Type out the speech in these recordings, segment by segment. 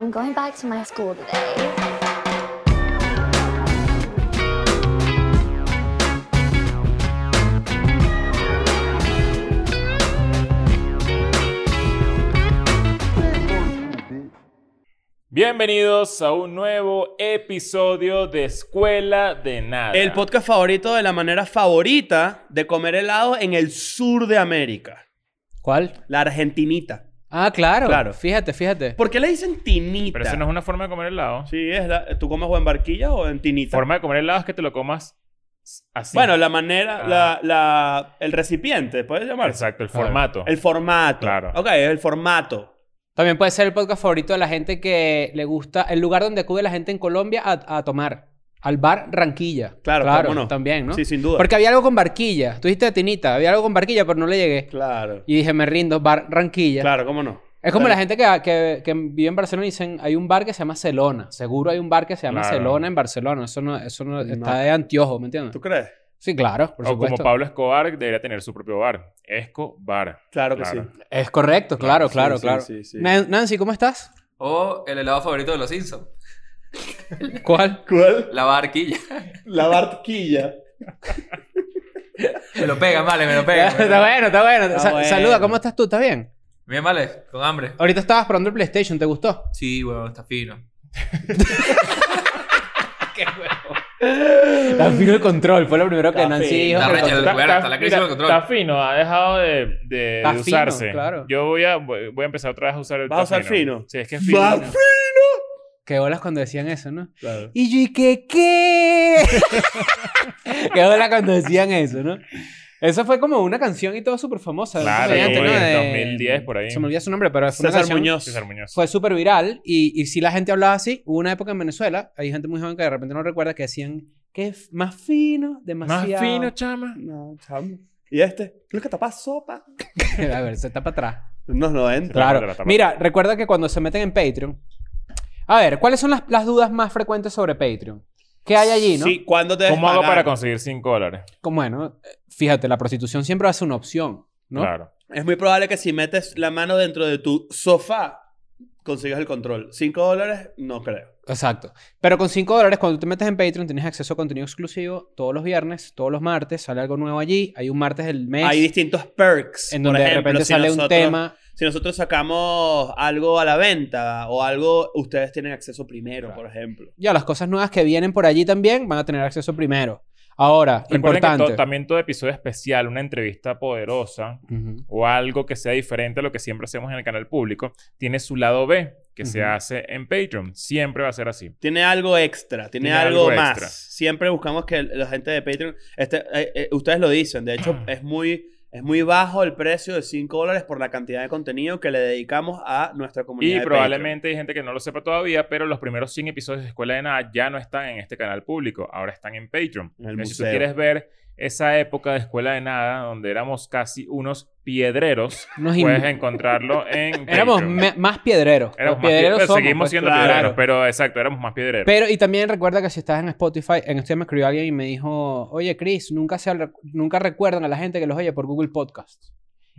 I'm going back to my school today. Bienvenidos a un nuevo episodio de Escuela de Nada. El podcast favorito de la manera favorita de comer helado en el sur de América. ¿Cuál? La argentinita. Ah, claro. Claro. Fíjate, fíjate. ¿Por qué le dicen tinita? Pero eso no es una forma de comer helado. Sí, es la... ¿tú comes o en barquilla o en tinita? Forma de comer helado es que te lo comas así. Bueno, la manera, Ah. la, la- el recipiente, puedes llamar. exacto, el Claro. formato. El formato. Claro. Ok, el formato. También puede ser el podcast favorito de la gente que le gusta, el lugar donde acude la gente en Colombia a, a tomar. Al bar Ranquilla. Claro, cómo no. También, ¿no? Sí, sin duda. Porque había algo con barquilla. Tú dijiste tinita, había algo con barquilla, pero no le llegué. Claro. Y dije, me rindo, bar Ranquilla. Claro, cómo no. Es como Claro. la gente que, que, que vive en Barcelona y dicen, hay un bar que se llama Celona. Seguro hay un bar que se llama Claro. Celona en Barcelona. Eso no, eso no, No. está de anteojo, ¿me entiendes? ¿Tú crees? Sí, claro, por o supuesto. como Pablo Escobar debería tener su propio bar. Escobar. Claro que Claro. sí. Es correcto, claro, Sí, claro, sí, claro. sí, sí. Nan- Nancy, ¿cómo estás? O el helado favorito de los Simpsons. ¿Cuál? ¿Cuál? La barquilla. La barquilla. Me lo pegan, vale, me lo pegan. me lo está pegan. bueno, está bueno. Está Sa- bueno. Saluda, ¿cómo estás tú? ¿Estás bien? Bien, vale, con hambre. Ahorita estabas probando el PlayStation, ¿te gustó? Sí, bueno, está fino. Está fino el control, fue lo primero Está fino. dijo. Está que el recha- control- Bueno, hasta la crisis mira, del control. está fino, ha dejado de, de- Está de fino, usarse. claro. Yo voy a, voy voy a empezar otra vez a usar el ¿Vas a está usar fino? Sí, es que es fino. ¡Va ¿no? Qué bolas cuando decían eso, ¿no? Claro. Y yo, ¿y qué qué? qué bolas cuando decían eso, ¿no? Eso fue como una canción y todo súper famosa. de un Claro, comediante, como en De- 2010 por ahí. Se me olvidó su nombre, pero fue una César canción... Muñoz. César Muñoz. fue súper viral y, y si la gente hablaba así, hubo una época en Venezuela, hay gente muy joven que de repente no recuerda que decían que es más fino, Más demasiado. fino, chama. No, chamo. ¿Y este? ¿Lo que tapa sopa? A ver, se está para atrás. Unos 90. Claro. para atrás. Mira, recuerda que cuando se meten en Patreon. A ver, ¿cuáles son las, las dudas más frecuentes sobre Patreon? ¿Qué hay allí, no? Sí, ¿cuándo te ¿Cómo debes hago pagar? para conseguir 5 dólares? Como bueno, eh, fíjate, la prostitución siempre va a ser una opción, ¿no? Claro. Es muy probable que si metes la mano dentro de tu sofá, consigas el control. ¿Cinco dólares? No creo. Exacto. Pero con 5 dólares, cuando tú te metes en Patreon, tienes acceso a contenido exclusivo todos los viernes, todos los martes, sale algo nuevo allí. Hay un martes del mes. Hay distintos perks. en donde Por ejemplo, de repente si sale un nosotros- tema. Si nosotros sacamos algo a la venta o algo, ustedes tienen acceso primero, por ejemplo. Ya, las cosas nuevas que vienen por allí también van a tener acceso primero. Ahora, Recuerden que importante. to- también todo episodio especial, una entrevista poderosa Ujú. o algo que sea diferente a lo que siempre hacemos en el canal público, tiene su lado B que se Ujú. hace en Patreon. Siempre va a ser así. Tiene algo extra, tiene, Tiene algo, algo más. extra. Siempre buscamos que la gente de Patreon, este, eh, eh, ustedes lo dicen, de hecho es muy, es muy bajo el precio de 5 dólares por la cantidad de contenido que le dedicamos a nuestra comunidad. Y de probablemente hay gente que no lo sepa todavía, pero los primeros 100 episodios de Escuela de Nada ya no están en este canal público, ahora están en Patreon. En el Entonces, si tú museo. quieres ver esa época de Escuela de Nada, donde éramos casi unos piedreros, Unos in- puedes encontrarlo en Éramos Patreon. me- más piedreros. Éramos Los más piedreros piedreros, somos, seguimos pues, siendo claro. piedreros, pero exacto, éramos más piedreros. Pero, y también recuerda que si estás en Spotify, en este me escribió alguien y me dijo, oye, Chris, nunca, se habla- nunca recuerdan a la gente que los oye por Google Podcast.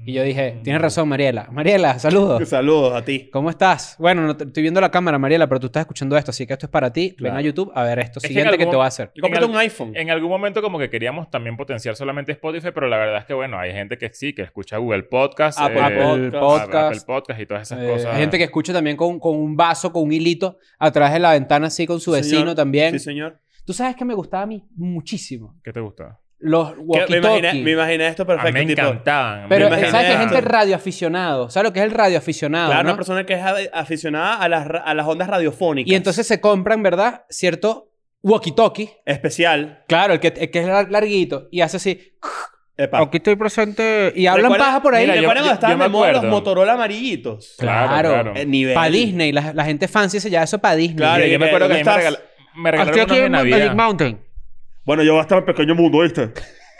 Y yo Mm. dije, tienes razón, Mariela. Mariela, Patreon. Pues, saludos. Saludos a ti. ¿Cómo estás? Bueno, no te- estoy viendo la cámara, Mariela, pero tú estás escuchando esto, así que esto es para ti. Claro. Ven a YouTube a ver esto. Es que en Siguiente que algún- te voy a hacer. Yo compré En al- un iPhone. En algún momento como que queríamos también potenciar solamente Spotify, pero la verdad es que bueno, hay gente que sí, que escucha Google Podcast, Apple Apple Podcast. Apple- Apple Podcast y todas esas Eh, cosas. Hay gente que escucha también con, con un vaso, con un hilito, a través de la ventana, así con su Sí, vecino señor. también. Sí, señor. Tú sabes que me gustaba a mí muchísimo. ¿Qué te gusta? Los Que Me walkie imaginé, me imaginé esto perfecto. a mí Ah, me tipo, encantaban. a mí Pero me Me eh, sabes que hay encantaban. gente radioaficionado. ¿Sabes lo que es el radioaficionado? Claro, no? una persona que es a- aficionada a las, ra- a las ondas radiofónicas. Y entonces se compran, ¿verdad? Cierto walkie-talkie. Especial. Claro, el que, el que es lar- larguito. Y hace así. Epa. Aquí estoy presente. Y hablan ¿Recuerdan- paja por ahí. Mira, yo- ¿Recuerdan cuando yo- yo estaban me de moda los acuerdo. Motorola amarillitos? Claro, Claro. claro. Eh, nivel. Para Disney. La, la gente fancy dice ya eso para Disney. Claro, Yo- yo me acuerdo que a mí me estás- regala- me regalaron unos de Navidad. Mountain. Bueno, yo voy a estar en pequeño mundo, ¿viste?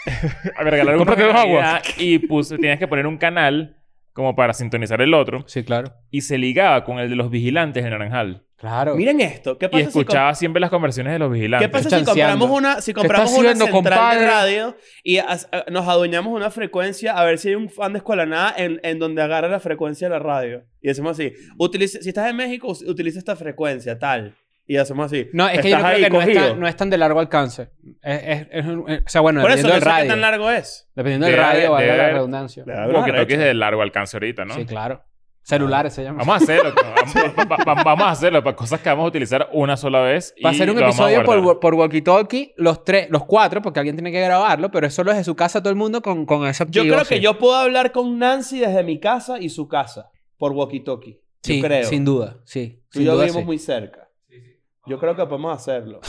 Me regalaron unos Cómprate de dos aguas. Navidad y puse, tenías que poner un canal como para sintonizar el otro Sí, claro. y se ligaba con el de los vigilantes de Naranjal. Claro. Miren esto. ¿Qué Y pasa si escuchaba siempre las conversiones de los vigilantes. ¿Qué pasa si chanceando. compramos una, si compramos estás una haciendo, central compadre? de radio y as- a- nos adueñamos una frecuencia a ver si hay un fan de Escuela Nada en, en donde agarra la frecuencia de la radio? Y hacemos así. Utilice, si estás en México, us- utiliza esta frecuencia, tal. Y hacemos así. No, es que yo Estás creo ahí que no es, cogido. tan, no es tan de largo alcance. Es, es- es un- eh, o sea, bueno, Por eso dependiendo no del sé qué radio. tan largo es. Dependiendo del Debe- radio, valga debe la haber- redundancia. debe haber- Como que Arrecho. toques de largo alcance ahorita, ¿no? Sí, claro. Celulares se llama. Ah, Vamos a hacerlo. co- vamos, va- va- vamos a hacerlo para cosas que vamos a utilizar una sola vez. Va a y ser un lo vamos a episodio guardar. por, por Walkie Talkie, los tres, los cuatro, porque alguien tiene que grabarlo, pero eso lo es de su casa todo el mundo con, con ese Yo activo, creo que sí. yo puedo hablar con Nancy desde mi casa y su casa por walkie-talkie. Sí, yo creo. sin duda, sí. Tú sin y yo duda, vivimos sí. muy cerca. Sí, sí. Yo creo que podemos hacerlo.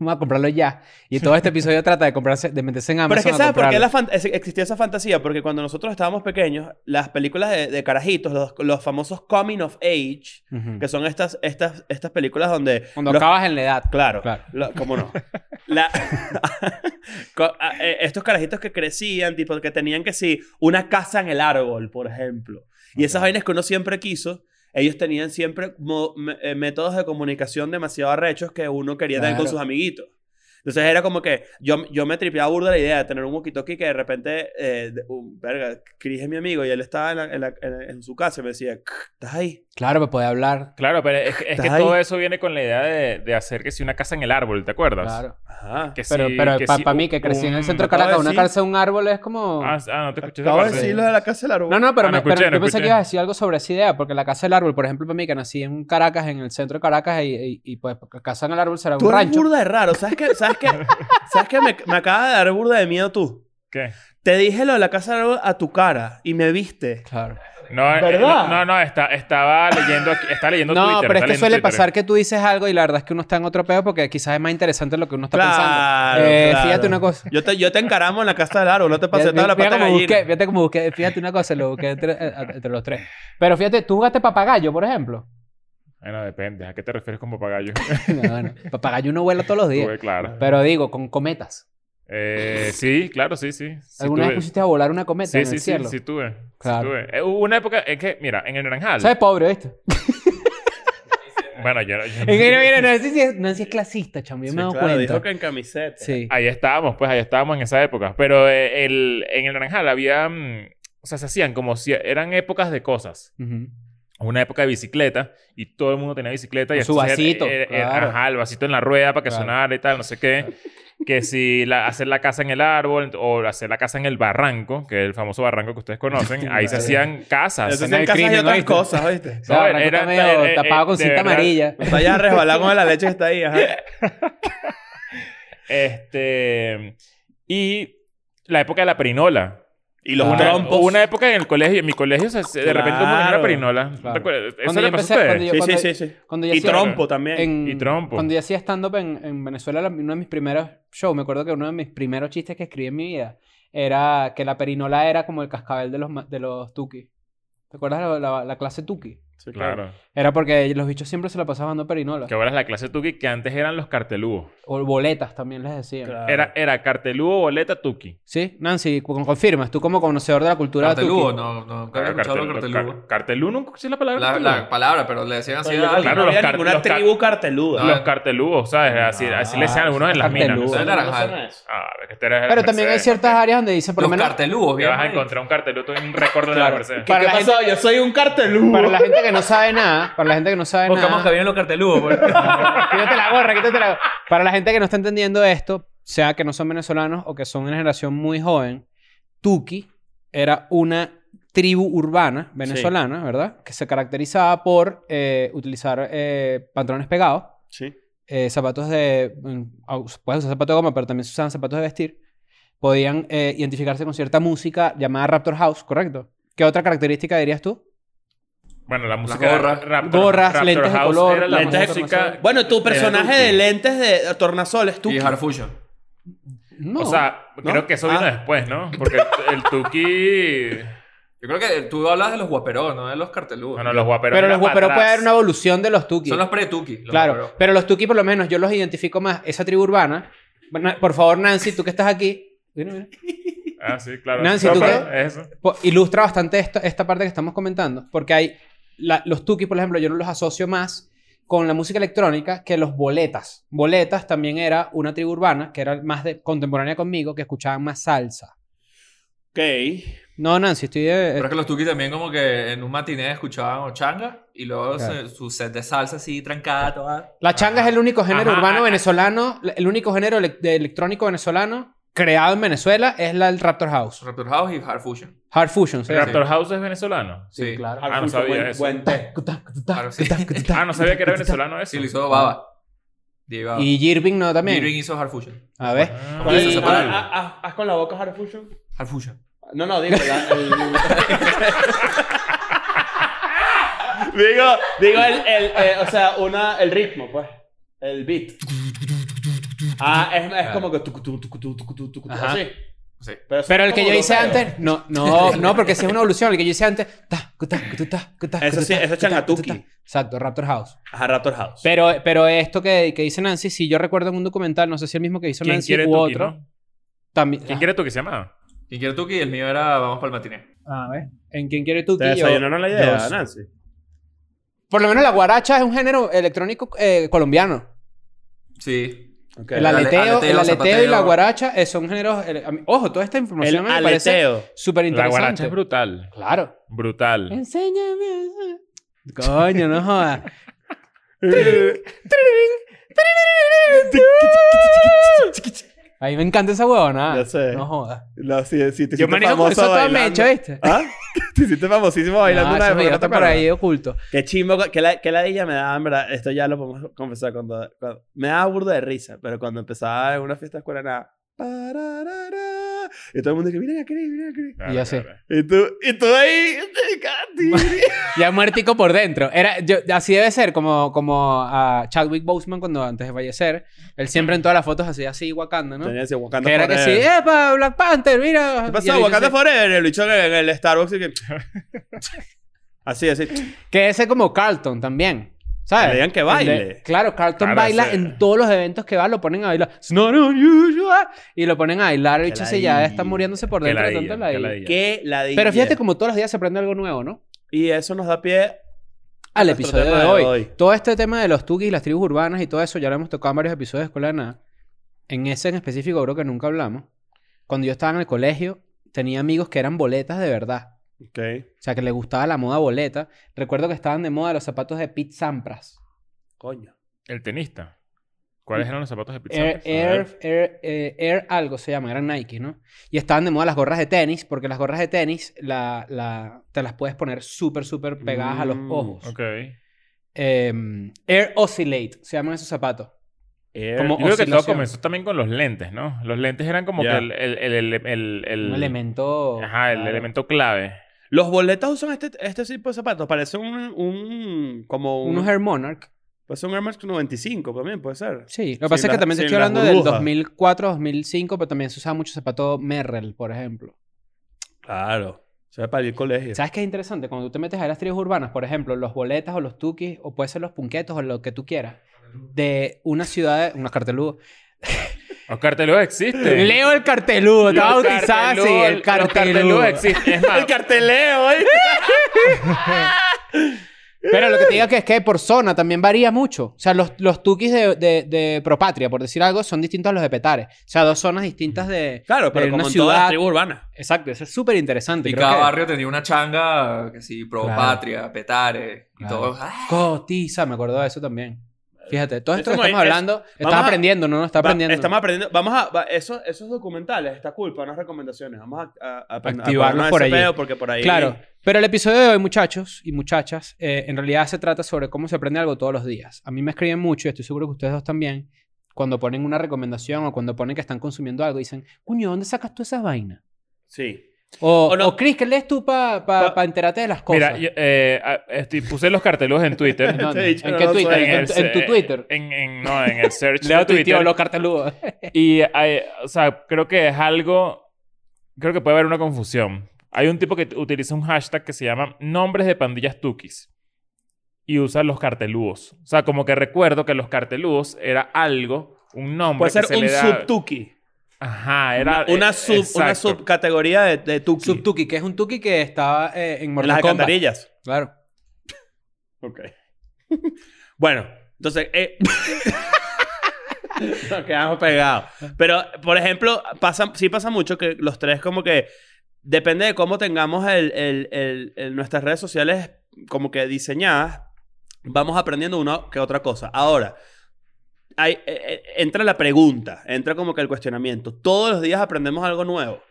Vamos a comprarlo ya. Y todo este episodio trata de comprarse, de meterse en Pero Amazon es que a ¿sabes por qué comprarlo. la fan- es- existió esa fantasía? Porque cuando nosotros estábamos pequeños, las películas de, de carajitos, los, los famosos coming of age, Ujú. que son estas, estas, estas películas donde... Cuando los- acabas en la edad. Claro, Claro. lo- ¿Cómo no? La- Co- a- eh, estos carajitos que crecían, tipo, que tenían que sí, una casa en el árbol, por ejemplo. Y esas vainas que uno siempre quiso, ellos tenían siempre mo- me- eh, métodos de comunicación demasiado arrechos que uno quería tener con Claro. sus amiguitos. Entonces era como que yo, yo me tripeaba burda la idea de tener un walkie-talkie que de repente, eh, de- un- verga, Chris es mi amigo y él estaba en, la- en la- en- en su casa y me decía, ¿estás ahí? Claro, para poder hablar. Claro, pero es, es que Ay. todo eso viene con la idea de, de hacer que si una casa en el árbol, ¿te acuerdas? Claro. Ajá. Que si- Pero, pero que para si mí, un- que crecí en el un- centro de acabo de Caracas, una decir- calza de un árbol es como... Ah, ah, no te escuché. esa Acabo de parte. decir lo de la casa del árbol. No, no, pero, Ah, no me- pero escuché, no yo pensé escuché. que ibas a decir algo sobre esa idea, porque la casa del árbol, por ejemplo, para mí, que nací en Caracas, en el centro de Caracas, y, y, y, pues casa en el árbol será Tú un eres rancho. burda de raro. ¿Sabes qué? ¿Sabes qué? ¿Sabes qué? Me, me acaba de dar burda de miedo tú. ¿Qué? Te dije lo de la casa del árbol a tu cara y me viste. Claro. No, eh, ¿Verdad? no, no, está, estaba leyendo aquí, está leyendo No, Twitter. pero es está que leyendo suele Twitter. pasar que tú dices algo y la verdad es que uno está en otro peo porque quizás es más interesante lo que uno está Claro, pensando. Eh, claro. Fíjate una cosa. Yo te, yo te encaramo en la casa del árbol. No te pases Fíjate, toda la fíjate pata de cómo gallina. busqué, fíjate cómo busqué, fíjate una cosa, lo busqué entre, eh, entre los tres. Pero fíjate, tú jugaste papagayo, por ejemplo. Bueno, depende. ¿A qué te refieres con papagayo? No, bueno, papagayo uno vuela todos los días. Tuve, claro. Pero digo, con cometas. Eh, sí, claro, sí, sí. Sí ¿Alguna tuve. vez pusiste a volar una cometa Sí, en sí, el sí, cielo? sí tuve. Sí Claro. tuve. Eh, hubo una época, es que, mira, en el Naranjal. ¿Sabes pobre, viste? Bueno, yo, no- yo no- Es que, mira, mira, Nancy, sí es- Nancy es clasista, chamo. Yo Sí, me he dado claro, cuenta. dijo que en camiseta. Sí. Ahí estábamos, pues, ahí estábamos en esa época. Pero eh, el, en el Naranjal había... mm, o sea, se hacían como si... Eran épocas de cosas. Ujú. una época de bicicleta y todo el mundo tenía bicicleta y Con su entonces era- vasito, era- era- claro. ajá, el vasito en la rueda para que Claro. sonara y tal, no sé qué. que si la- hacer la casa en el árbol ent- o hacer la casa en el barranco, que es el famoso barranco que ustedes conocen, ahí se hacían casas. Entonces Escena en del casa hay crimen, otras ¿oíste? cosas, ¿oíste? O sea, No, Barranco era- está medio eh, eh, tapado con de cinta verdad. amarilla. No Está ya resbalado con la leche que está ahí. Ajá. Este y la época de la perinola. Y los Ah. Una, trompos. hubo una época en el colegio, en mi colegio, se- se- de repente hubo una Claro. perinola. ¿No Claro. te acuerdas? ¿Eso Cuando le yo pasó empecé- a ustedes? cuando yo- Sí, sí, sí, sí. Cuando yo Y hacía- trompo también. en- Y trompo. Cuando yo hacía stand-up en, en Venezuela, la- uno de mis primeros shows, me acuerdo que uno de mis primeros chistes que escribí en mi vida era que la perinola era como el cascabel de los, ma- de los tuki. ¿Te acuerdas la, la- la clase tuki? Sí, Claro. Era porque los bichos siempre se la pasaban dando perinola. Que ahora es la clase tuki que antes eran los cartelúos. O boletas también les decían. Claro. Era, era cartelúo, boleta, tuki. ¿Sí? Nancy, cu- confirmas, tú como conocedor de la cultura Cartelugo, tuki. no, no, nunca había Claro, escuchado cartel- cartelugo. car- cartelú, nunca escuché la palabra la, cartelú. la palabra, pero le decían así Pues Yo creo a que alguien. claro, no los había car- ninguna los car- tribu carteluda. No, eh. Los cartelúos, ¿sabes? Así, Ah, así le decían algunos en las cartelúos. minas. Eso es naranjal. No, eso Ah, es que este era de la Pero también hay Merced. ciertas áreas donde dicen, por lo Los menos... cartelugos, Te bien. vas a marico. encontrar un carteluto en un récord de la Claro. Merced. Para ¿Qué la pasó? Yo soy un carteludo. Para la gente que no sabe nada, para la gente que no sabe Porque más nada... que vienen los cartelugos, pues. Quítate la gorra, quítate la gorra. Para la gente que no está entendiendo esto, sea que no son venezolanos o que son una generación muy joven, Tuki era una tribu urbana venezolana, ¿verdad? Que se caracterizaba por eh, utilizar eh, pantalones pegados, Sí. eh, zapatos de... mm, au- Puedes usar zapatos de goma, pero también se usaban zapatos de vestir. Podían eh, identificarse con cierta música llamada Raptor House, ¿correcto? ¿Qué otra característica dirías tú? Bueno, la música... de gorras. Raptor- Gorras, Raptor lentes de House color, Era la lentes de música... color. Bueno, tu personaje Tuki. de lentes de tornasoles, tú. Y Harfucho. No. O sea, ¿No? creo que eso vino Ah. después, ¿no? Porque el, el tuki... Yo creo que tú hablas de los guaperos, no de los cartelugos. Bueno, los guaperos... pero, los eran para guaperos puede atrás. haber una evolución de los Tuki. Son los pre-tuki. los Claro, guaperos. pero los tuki por lo menos yo los identifico más, esa tribu urbana. Bueno, Por favor, Nancy, tú que estás aquí, mira, mira, Ah, sí, claro. Nancy, No, ¿tú pero qué? Eso. po- Pues, ilustra bastante esto- esta parte que estamos comentando, porque hay la- los tuki, por ejemplo, yo no los asocio más con la música electrónica que los boletas. Boletas también era una tribu urbana que era más de, contemporánea conmigo, que escuchaban más salsa. Ok. No, Nancy, estoy... eh, Pero es que los Tuki también como que en un matiné escuchaban o changa y luego se- Claro. su set de salsa así trancada toda. La changa es el único género Ajá. urbano venezolano, el único género ele- de electrónico venezolano creado en Venezuela es la del Raptor House. Raptor House y Hard Fusion. Hard Fusion, ¿sí? Raptor House es venezolano. Sí, claro. Ah, no sabía buen, eso. buen té. Claro, sí. Ah, no sabía que era venezolano eso. Sí, lo hizo Baba. DJ Baba. Y Irving no también. Irving hizo Hard Fusion. A ver. Ah, ¿Cuál es Y- esa Ah, palabra? Ah, ah, ah, ¿Haz con la boca Hard Fusion? Hard Fusion. No, no, digo. la- el- digo, digo el, el, eh, o sea, una, el ritmo, pues. El beat. Ah, es, es como que tucu, tucu, tucu, tucu, tucu, tucu, Ajá. así. Sí. Pero, Pero el que yo hice europeo. antes, no, no, no, porque si es una evolución, el que yo hice antes, ta, cu, ta, cu, tu, ta, cu, ta, Eso cu, tu, sí, ta, eso es cu, ta, changatuki. cu, tu, ta. Exacto, Raptor House. Ajá, Raptor House. Pero, pero esto que, que dice Nancy, si yo recuerdo en un documental, no sé si el mismo que hizo ¿Quién Nancy quiere u tú? otro, ah, no? también. ¿Quién quiere tú que se llamaba? Quien quiere Tuki, el mío era Vamos para el matiné. Ah, a ver. En quién quiere tú ¿Te que yo- desayunaron la idea, yo- Nancy? Por lo menos la guaracha es un género electrónico eh, colombiano. Sí. Ok. El ale- aleteo, aleteo, el aleteo y zapateo. la guaracha eh, son géneros. eh, a mí- ojo, toda esta El información a mí me parece aleteo. súper La guaracha interesante. es brutal. Claro. Brutal. Enséñame. eso. Coño, no jodas. A mí me encanta esa huevona. Ya sé. No jodas. No, sí, sí, te hiciste Yo manejo con famoso eso todo bailando. mecho, ¿viste? ¿Ah? Te hiciste famosísimo bailando Ah, una eso vez. me pero no llega te por acuerdas. ahí oculto. Qué chimbo, qué, la, qué ladilla me da, en verdad. Esto ya lo podemos confesar. Cuando, cuando- me daba burda de risa, pero cuando empezaba en una fiesta de escuela, nada. pararara, Y todo el mundo que miren a Chris, miren a Chris. Claro, ya sé. claro. Y tú, y tú ahí, Katy. Ya muertico por dentro. Era, yo, así debe ser, como, como a Chadwick Boseman cuando antes de fallecer. Él siempre en todas las fotos hacía así, Wakanda, ¿no? Tenía ese Wakanda Que era que sí, Forever. ¡epa! Black Panther, mira. ¿Qué Y pasó? él hizo Wakanda así. Forever. El bicho en en el Starbucks y que... Así, así. Que ese como Carlton también. ¿Sabes? Que le digan que El de- baile. claro, Carlton Claro, baila ese- en todos los eventos que va, lo ponen a bailar. It's not unusual. Y lo ponen a bailar, el Qué bicho se ya está ladilla. muriéndose por Qué dentro de ladilla, tanto qué ladilla. ladilla. Qué ladilla. Pero fíjate como todos los días se aprende algo nuevo, ¿no? Y eso nos da pie... Al Nuestro episodio tema de de hoy. hoy. Todo este tema de los tukis, las tribus urbanas y todo eso, ya lo hemos tocado en varios episodios de Escuela de Nada. En ese en específico creo que nunca hablamos. Cuando yo estaba en el colegio, tenía amigos que eran boletas de verdad. Ok. O sea, que les gustaba la moda boleta. Recuerdo que estaban de moda los zapatos de Pete Sampras. Coño. El tenista. ¿Cuáles eran los zapatos de pizza? Air, Air, Air, eh, Air algo se llama, eran Nike, ¿no? Y estaban de moda las gorras de tenis, porque las gorras de tenis la, la, te las puedes poner súper, súper pegadas a los Mm, ojos. Ok. Em, Air Oscillate se llaman esos zapatos. Air- Como- Yo creo que todo Oscilación. comenzó también con los lentes, ¿no? Los lentes eran como Ya. que el, el, el, el, el- el- Un elemento. Ajá, el claro. elemento clave. Los boletos usan este, este tipo de zapatos. Parece un... un como un... Unos Air Monarch. Puede ser un Air Max 95 también, puede ser. Sí, lo Sin que pasa es la- que también te sin estoy las hablando del burbujas. 2004, 2005, pero también se usaba mucho zapato Merrell, por ejemplo. Claro. Se va para el colegio. ¿Sabes qué es interesante? Cuando tú te metes a las tribus urbanas, por ejemplo, los boletas o los tukis, o puede ser los punquetos o lo que tú quieras, de una ciudad, unos carteludos. Los carteludos existen. Leo el carteludo, Los estaba bautizado ah, así, carteludos- el carteludo. Los carteludos existen. Es más, carteleo, ¿eh? Pero lo que te digo que es que por zona también varía mucho. O sea, los, los tukis de, de, de Propatria, por decir algo, son distintos a los de Petare. O sea, dos zonas distintas de, Claro, pero de como una en todas las ciudad. tribus urbanas. Exacto, eso es súper interesante. Y creo cada que- barrio tenía una changa que sí, pro Claro. patria, petare y Claro. todo. ¡Ah! Cotiza, me acuerdo de eso también. Fíjate, todo esto que Estamos estamos ahí, es- hablando, estás vamos a- aprendiendo, ¿no? Estás Va- aprendiendo. Estamos aprendiendo. Vamos a. va- esos, esos documentales, está culpa, unas recomendaciones. Vamos a, a, a- a Activarlos ponernos por ese allí. pedo, porque por ahí. Claro. Pero el episodio de hoy, muchachos y muchachas, eh, en realidad se trata sobre cómo se aprende algo todos los días. A mí me escriben mucho, y estoy seguro que ustedes dos también, cuando ponen una recomendación o cuando ponen que están consumiendo algo, dicen, cuño, ¿dónde sacas tú esas vainas? Sí. O, O no. o, Chris, ¿qué lees tú para pa, Pa- pa enterarte de las cosas? mira, yo, eh, ah, estoy- puse los carteludos en Twitter. ¿En, dónde? Te he dicho ¿En que qué no lo Twitter? suena. ¿En, el tu- se- en tu Twitter? En, en- no, en el search de Leo tuiteó Twitter. los carteludos. Y, hay- o sea, creo que es algo... Creo que puede haber una confusión. Hay un tipo que t- utiliza un hashtag que se llama nombres de pandillas tukis. Y usa los carteludos. O sea, como que recuerdo que los carteludos era algo, un nombre Puede ser que se un le da... subtuki. Ajá, Una, era... una eh, sub, una exacto. subcategoría de, de tuki. Subtuki, que es un tuki que está eh, en En Mortal las Kombat. alcantarillas. Claro. Ok. Bueno, entonces. eh, Nos quedamos pegados. Pero, por ejemplo, pasa, sí pasa mucho que los tres, como que. Depende de cómo tengamos el- el- el- el- nuestras redes sociales como que diseñadas, vamos aprendiendo una que otra cosa. Ahora, hay- eh, eh, entra la pregunta, entra como que el cuestionamiento. Todos los días aprendemos algo nuevo.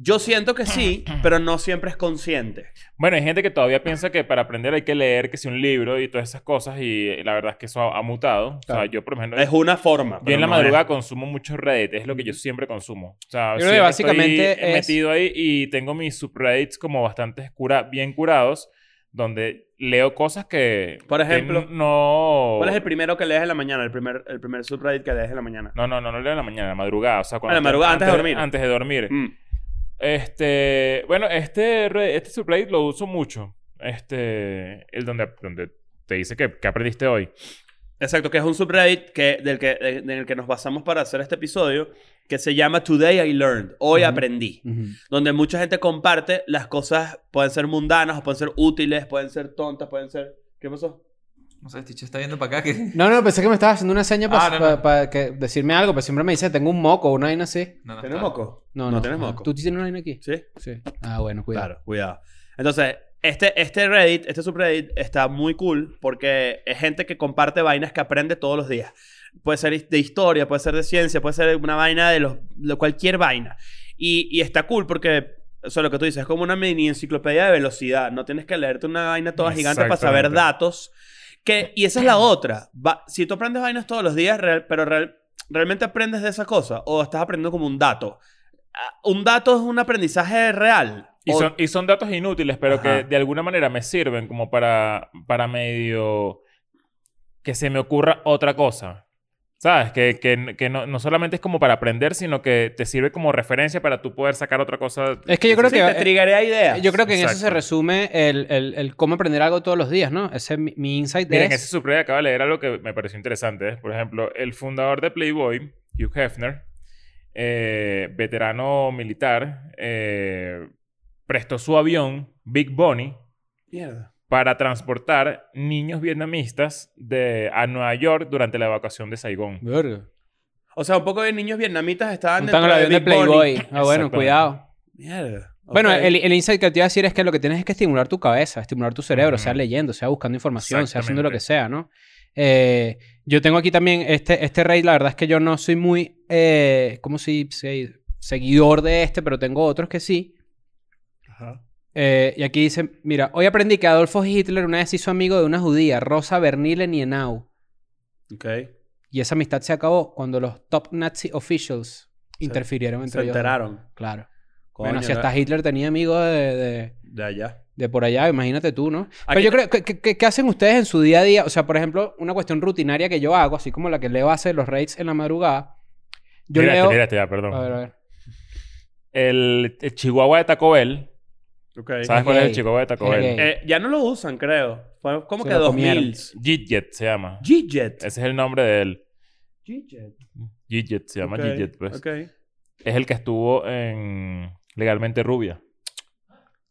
Yo siento que sí, pero no siempre es consciente. Bueno, hay gente que todavía piensa que para aprender hay que leer que si un libro y todas esas cosas y eh, la verdad es que eso ha, ha mutado. O Claro. sea, yo por ejemplo... Es una forma. Yo pero en la no madrugada es. consumo mucho Reddit, es lo que yo siempre consumo. O sea, Yo creo que siempre básicamente estoy es- metido ahí y tengo mis subreddits como bastante cura- bien curados, donde leo cosas que. Por que ejemplo, no. ¿Cuál es el primero que lees en la mañana? El primer, el primer subreddit que lees en la mañana. No, no, no, no leo en la mañana, en la madrugada. O sea, cuando Ah, en la madrugada, antes de dormir. Antes de dormir. Mm. Este. Bueno, este, re- este subreddit lo uso mucho. Este. El donde, donde te dice que, que aprendiste hoy. Exacto, que es un subreddit que, del que, de- en el que nos basamos para hacer este episodio, que se llama Today I Learned, hoy Ujú. aprendí, Ujú. donde mucha gente comparte las cosas, pueden ser mundanas, o pueden ser útiles, pueden ser tontas, pueden ser... ¿Qué pasó? No sé, Ticho está viendo para acá que... No, no, pensé que me estabas haciendo una seña para Ah, no, no. decirme algo, pero siempre me dice, tengo un moco, una vaina así. No, no ¿Tienes está. moco? No, No no. tienes Ah, moco. ¿Tú tienes una vaina aquí? Sí. Sí. Ah, bueno, cuidado. Claro, cuidado. Entonces, este, este Reddit, este subreddit está muy cool porque es gente que comparte vainas que aprende todos los días. Puede ser his- de historia, puede ser de ciencia, puede ser una vaina de, los, de cualquier vaina. Y, y está cool porque, o sea, lo que tú dices, es como una mini enciclopedia de velocidad. No tienes que leerte una vaina toda gigante para saber Exactamente. datos. Que, y esa es la otra. Va- si tú aprendes vainas todos los días, real- pero real- realmente aprendes de esa cosa o estás aprendiendo como un dato. Ah, Un dato es un aprendizaje real. Y O- son, y son datos inútiles, pero Ajá. que de alguna manera me sirven como para, para medio que se me ocurra otra cosa. ¿Sabes? Que, que- que no, no solamente es como para aprender, sino que te sirve como referencia para tú poder sacar otra cosa. Es que yo creo Sí, que... eh, te triggeré ideas. Yo creo que en eso se Exacto. resume el, el- el cómo aprender algo todos los días, ¿no? Ese es mi, mi insight de Miren, ese subreddit acaba de leer algo que me pareció interesante. ¿eh? Por ejemplo, el fundador de Playboy, Hugh Hefner, eh, veterano militar, eh, prestó su avión, Big Bunny, Mierda. para transportar niños vietnamistas de, a Nueva York durante la evacuación de Saigón. Verga. O sea, un poco de niños vietnamitas estaban Montan el avión de Big Bunny. Playboy. Ah, bueno, Exactamente. cuidado. Mierda. Ok. Bueno, el, el insight que te iba a decir es que lo que tienes es que estimular tu cabeza, estimular tu cerebro, Ujú. sea leyendo, sea buscando información, sea haciendo lo que Exactamente. sea, ¿no? Eh, yo tengo aquí también este, este rey, la verdad es que yo no soy muy, eh, ¿cómo se dice? Seguidor de este, pero tengo otros que sí. Ajá. Eh, y aquí dice, mira, hoy aprendí que Adolfo Hitler una vez se hizo amigo de una judía, Rosa Bernile Nienau. Ok. Y esa amistad se acabó cuando los top Nazi officials interfirieron entre Se ellos. enteraron. Claro. Coño, bueno, si de- hasta Hitler tenía amigos de, de- De allá. de por allá, imagínate tú, ¿no? Pero Aquí- yo creo que, que- que- ¿qué hacen ustedes en su día a día? O sea, por ejemplo, una cuestión rutinaria que yo hago, así como la que Leo hace los raids en la madrugada. Yo Mira este, leo... mira este, ya, perdón. A ver, a ver. El, el Chihuahua de Taco Bell. Ok. ¿Sabes cuál es el gay. Chihuahua de Taco Es Bell? gay. Eh, ya no lo usan, creo. Fue como Se que lo 2000. Gidget se llama. G-Jet. Ese es el nombre de él. G-Jet. Gidget se llama Ok, Gidget, pues. Ok. Es el que estuvo en Legalmente Rubia.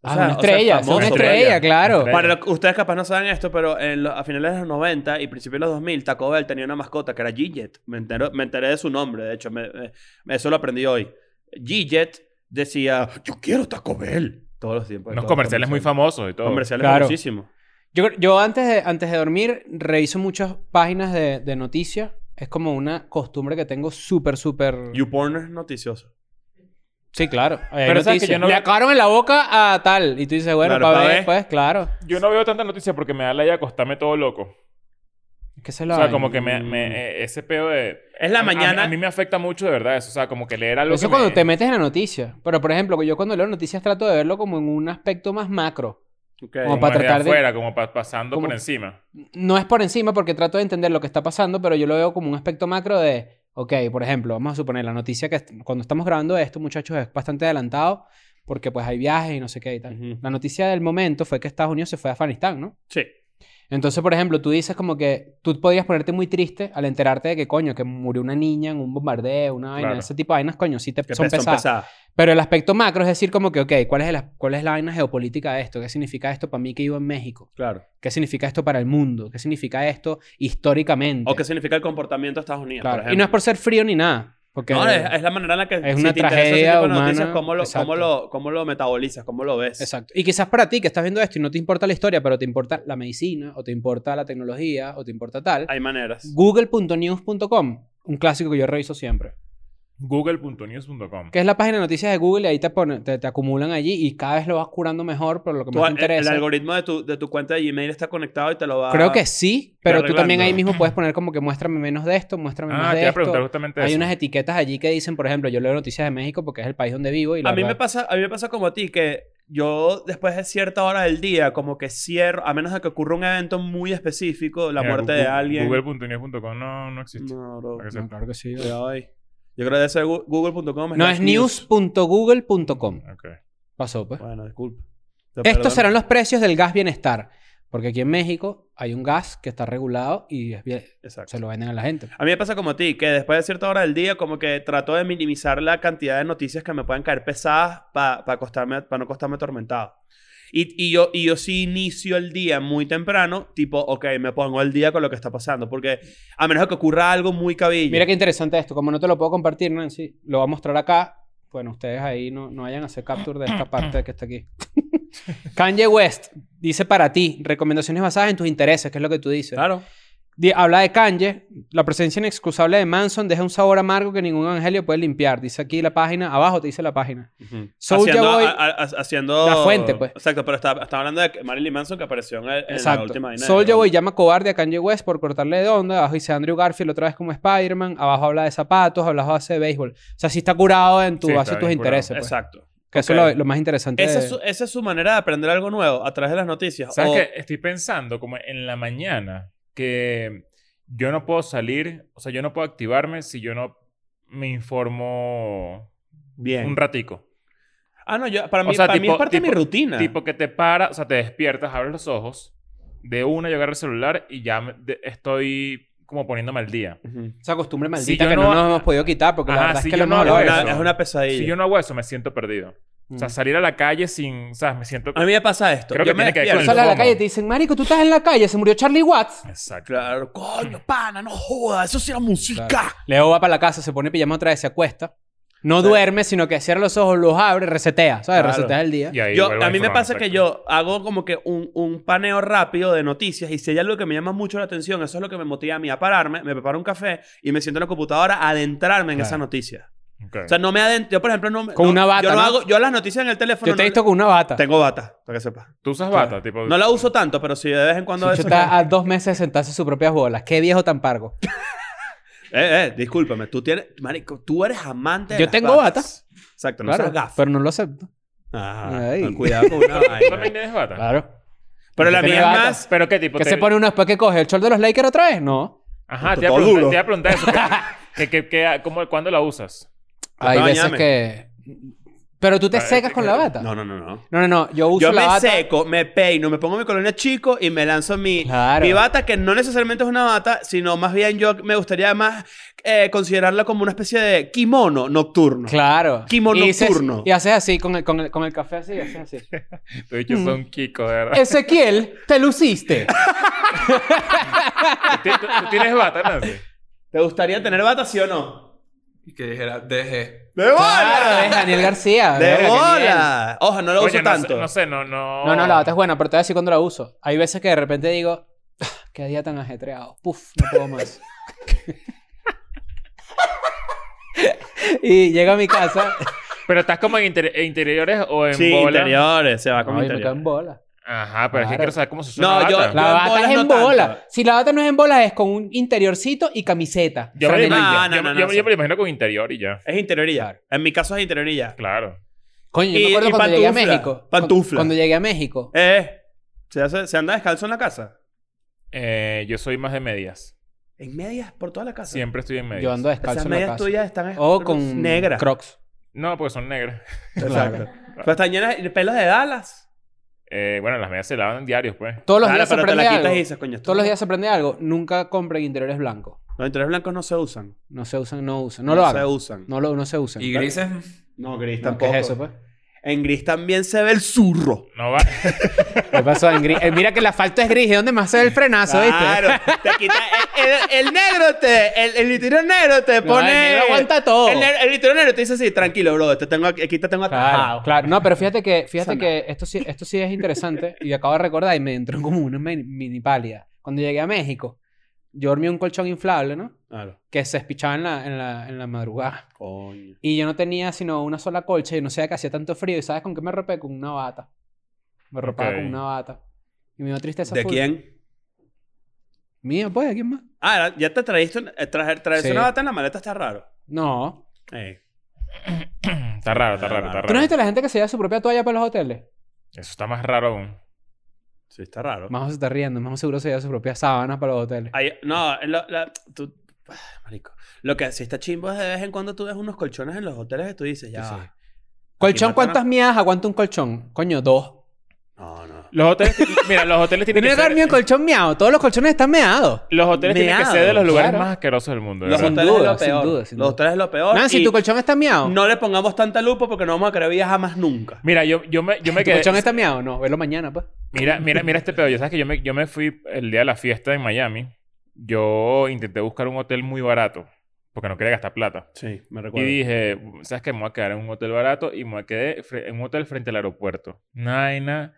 O Ah, sea- una o sea, estrella, fue una famoso, estrella, vaya. claro. Estrella. Para lo que- ustedes capaz no saben esto, pero en los- a finales de los 90 y principios de los 2000, Taco Bell tenía una mascota que era G-Jet. Me, entero- me enteré de su nombre, de hecho, me- me- eso lo aprendí hoy. G-Jet decía, yo quiero Taco Bell. Todos los tiempos. Unos todos los comerciales muy famosos y todo. Comerciales Claro. famosísimos. Yo, yo antes, de, antes de dormir reviso muchas páginas de, de noticias. Es como una costumbre que tengo súper, súper... YouPorn es noticioso. Sí, claro. Hay Pero sabes noticias. que yo no Le veo- acabaron en la boca a tal. Y tú dices, bueno, Claro, para pa' ver ver. después, claro. Yo no veo tanta noticia porque me da la idea de acostarme todo loco. Es que se O lo sea, como que me, me- eh, ese pedo de... Es Mm. la a- a mí- mañana. A, mí me afecta mucho, de verdad, eso. O sea, como que leer algo Eso que cuando me- te metes en la noticia. Pero, por ejemplo, yo cuando leo noticias trato de verlo como en un aspecto más macro. Ok. Como Como para desde tratar de- afuera, como pa- pasando como- por encima. No es por encima porque trato de entender lo que está pasando, pero yo lo veo como un aspecto macro de, ok, por ejemplo, vamos a suponer la noticia que est- cuando estamos grabando esto, muchachos, es bastante adelantado porque pues hay viajes y no sé qué y tal. Ujú. La noticia del momento fue que Estados Unidos se fue a Afganistán, ¿no? Sí. Entonces, por ejemplo, tú dices como que tú podías ponerte muy triste al enterarte de que, coño, que murió una niña en un bombardeo, una vaina, Claro. ese tipo de vainas, coño, sí te Que son pe- son pesadas. pesadas. Pero el aspecto macro es decir como que, ok, ¿cuál es, el as- ¿cuál es la vaina geopolítica de esto? ¿Qué significa esto para mí que vivo en México? Claro. ¿Qué significa esto para el mundo? ¿Qué significa esto históricamente? O qué significa el comportamiento de Estados Unidos, Claro. por ejemplo. Y no es por ser frío ni nada. Porque No, es, es la manera en la que es una tragedia humana, cómo lo, cómo, exacto. lo, cómo lo metabolizas, cómo lo ves. Exacto. Y quizás para ti que estás viendo esto y no te importa la historia, pero te importa la medicina, o te importa la tecnología, o te importa tal. Hay maneras. Google.news.com, un clásico que yo reviso siempre. Google.news.com. Que es la página de noticias de Google y ahí te, pone- te, te acumulan allí y cada vez lo vas curando mejor, pero lo que Tú- eh, más te el- interesa. El algoritmo de tu, de tu cuenta de Gmail está conectado y te lo va... ¿eh? Creo Ah, que sí, pero tú arreglando. también ahí mismo puedes poner como que muéstrame menos de esto, muéstrame Ah, más te de iba a preguntar esto. justamente Hay eso. unas etiquetas allí que dicen, por ejemplo, yo leo noticias de México porque es el país donde vivo y la A mí, me verdad- pasa, a mí me pasa como a ti, que yo después de cierta hora del día, como que cierro, a menos de que ocurra un evento muy específico, la Mira, muerte Google- de alguien. Google.news.com no, no existe. No, bro. Para que No, sepa. claro que sí. Cuidado ahí. Yo creo que debe ser gu- google.com. No, slash es news.google.com. Ok. Pasó, pues. Bueno, disculpa. Te perdono. Estos serán los precios del gas bienestar. Porque aquí en México hay un gas que está regulado y es bien- Exacto. se lo venden a la gente. pues. A mí me pasa como a ti, que después de cierta hora del día, como que trato de minimizar la cantidad de noticias que me puedan caer pesadas para no costarme atormentado. Y, y yo, y yo sí inicio el día muy temprano, tipo, ok, me pongo al día con lo que está pasando, porque a menos que ocurra algo muy cabillo. Mira qué interesante esto. Como no te lo puedo compartir, Nancy, lo voy a mostrar acá. Bueno, ustedes ahí no, no vayan a hacer capture de esta parte que está aquí. Kanye West dice para ti, recomendaciones basadas en tus intereses, que es lo que tú dices. Claro. Di- Habla de Kanye. La presencia inexcusable de Manson deja un sabor amargo que ningún evangelio puede limpiar. Dice aquí la página. Abajo te dice la página. Ujú. Soulja haciendo, Boy- a- a- a- haciendo... La fuente, pues. Exacto, pero está, está hablando de Marilyn Manson que apareció en, el- en la Exacto. última vaina de- Soulja Boy llama cobarde a Kanye West por cortarle de onda. Abajo dice Andrew Garfield otra vez como Spider-Man. Abajo habla de zapatos. Abajo hace de béisbol. O sea, sí está curado en tu Sí, base está de tus bien curado. intereses. pues. Exacto. Que eso es Ok. lo, lo más interesante. Esa de- es, su, esa es su manera de aprender algo nuevo a través de las noticias. ¿Sabes O- qué? Estoy pensando como en la mañana que yo no puedo salir, o sea, yo no puedo activarme si yo no me informo Bien. un ratico. Ah, no, yo, para mí, O sea, para mí tipo- es parte de mi tipo- rutina. Tipo que te para, o sea, te despiertas, abres los ojos, de una yo agarro el celular y ya me- de- estoy como poniéndome al día. Ujú. esa costumbre Si maldita yo que no, no- nos hemos podido quitar porque la Ajá, verdad si es que yo lo hemos no hablado hago de Una- eso. eso. es una pesadilla. Si yo no hago eso, me siento perdido. O sea, salir a la calle sin, o sea, me siento... Mm. A mí me pasa esto. Creo yo que me tiene que ver despierto. con el Sales a la fomo. calle y te dicen, marico, tú estás en la calle, se murió Charlie Watts. Exacto. Claro, coño, pana, no jodas, eso sí era música. Leo va para la casa, se pone pijama otra vez, se acuesta. No Sí. duerme, sino que cierra los ojos, los abre, resetea. ¿Sabes? Claro. Resetea el día. Y ahí Yo, vuelvo a mí me informarme, pasa que exacto. yo hago como que un, un paneo rápido de noticias y si hay algo que me llama mucho la atención, eso es lo que me motiva a mí a pararme, me preparo un café y me siento en la computadora a adentrarme en Claro. esa noticia. Ok. O sea, no me adentro. Yo, por ejemplo, no me- Con no- una bata, Yo, ¿no? hago, yo las noticias en el teléfono. Yo te he no- visto con una bata. Tengo bata, para que sepas. Tú usas Claro. bata, tipo... No la uso tanto, pero si de vez en cuando. Yo eso- está a dos meses de sentarse en sus propias bolas. Qué viejo tan pargo. Eh, eh, discúlpame. Tú tienes. Marico, tú eres amante de Yo las tengo batas. Exacto, no claro, seas gafo. pero no lo acepto. Ah, Ay. no, cuidado con una ¿Tú también vaina. tienes bata? Claro. Pero la Tiene mía es bata. más. ¿Pero qué tipo? ¿Que te- se pone uno después que coge el short de los Lakers otra vez? No. Ajá, Todo te iba, a preguntar, duro. te iba a preguntar eso. ¿Qué- qué- qué- cómo- ¿Cuándo la usas? Hay Para veces bañarme. que... Pero tú te Para secas este con que- la bata. No, no, no, no. No, no, no. Yo uso Yo la me bata. seco, me peino, me pongo mi colonia chico y me lanzo mi, Claro. mi bata, que no necesariamente es una bata, sino más bien yo me gustaría más eh, considerarla como una especie de kimono nocturno. Claro. Kimono y dices- nocturno. Y haces así, con el, con el, con el café así, haces así. Te he dicho, son Mm. Kiko, de verdad. Ezequiel, te luciste. ¿Tú, tú- tú tienes bata, Nancy? ¿Te gustaría tener bata, sí o no? Y que dijera, dejé. ¡De Claro, es bola! Daniel García. ¡De verga, qué bola! Ojo, no lo Coño, uso no tanto. sé- No sé, no, no... nivel. No, no, la bata es buena, pero te voy a decir cuando la uso. Hay veces que de repente digo, "Ah, qué día tan ajetreado. Puf, no puedo más. y llego a mi casa. Pero estás como en inter- en interiores o en Sí, bola. interiores, se va con Ay, me quedo interior. en bola. Ajá, pero es que Claro. quiero saber cómo se usa No, una yo- bata. La en bata bolas es no en bola. tanto. Si la bata no es en bola, es con un interiorcito y camiseta. Yo me, lo franelita. Ah, imagino- no, yo- no, no, yo- no yo sé. me lo imagino con interior y ya. Es interioría. Claro. En mi caso es interioría. Claro. Coño, yo Y- me acuerdo y cuando llegué a pantufla, México. Cuando- pantufla. Cuando llegué a México. Eh, ¿se, hace- ¿se anda descalzo en la casa? Eh, yo soy más de medias. En medias, por toda la casa. Siempre estoy en medias. Yo ando descalzo Esas en la medias casa. tuyas están O con negras. Crocs. No, porque son negras. Exacto. Claro. Pero están llenas de pelos de Dallas. Eh, bueno, las medias se lavan diarios, pues. Todos los Claro, días se pero te prende la quitas algo. y dices, coño, esto Todos no- los días se prende algo. Nunca compren interiores blancos. Los interiores blancos no se usan. No se usan, no usan. No lo se hagan. usan. No, lo, no se usan. Y grises. mm, No, gris No, tampoco. ¿Qué es eso, pues? En gris también se ve el zurro. No va. ¿Qué pasó? En gris- eh, mira que la falta es gris. ¿De dónde más se ve el frenazo, viste? Claro, te quita el, el- el negro te, el, el literal negro te No, pone. el negro aguanta todo. El, negro- el literal negro te dice así, tranquilo, bro, te tengo aquí, aquí te tengo atajado. Claro, claro. No, pero fíjate que, fíjate Sana. que esto, sí, esto sí es interesante. y acabo de recordar y me entró como una mini, mini pálida. Cuando llegué a México, yo dormí en un colchón inflable, ¿no? Claro. Que se espichaba en la, en la, en la madrugada. Coño. Y yo no tenía sino una sola colcha y no sabía que hacía tanto frío. ¿Y sabes con qué me ropé? Con una bata. Me ropaba Ok. con una bata. Y me dio tristeza. ¿De full. quién? Mía, pues, ¿de quién más? Ah, era- ya te traíste un- eh, traer, traerse Sí. una bata en la maleta está raro. No. Eh, Está raro, está raro, está raro. Tú ¿Tú no has Eso visto la gente que se lleva su propia toalla para los hoteles? está más raro aún. sí, está raro. Más se está riendo. Más seguro se lleva su propia sábana para los hoteles. Ahí- no, lo- la- tú- ah, marico. Lo que sí está chimbo es de vez en cuando tú ves unos colchones en los hoteles y tú dices, ya. Sí, va. sí. ¿Colchón? Aquí mataron- ¿Cuántas mías aguanta un colchón? Coño, dos. No, no. Los hoteles, mira, los hoteles tienen Tiene que que haber ser, mío el colchón miado. Todos los colchones están meados. los hoteles tienen que meado, ser de los lugares claro. más asquerosos del mundo. de Los verdad. hoteles duda, es lo sin peor. duda, sin los duda. hoteles es lo peor. Nancy, y ¿tu colchón está miado? No le pongamos tanta lupa porque no vamos a querer viajar más nunca. Mira, yo, yo me, yo me ¿Tu quedé. colchón está miado? No, velo mañana, pues. Mira, mira, mira este pedo. Ya sabes que yo me, yo me fui el día de la fiesta en Miami. Yo intenté buscar un hotel muy barato porque no quería gastar plata. Sí, me Y dije, ¿sabes qué? Me voy a quedar en un hotel barato y me quedé fre- en un hotel frente al aeropuerto. Naina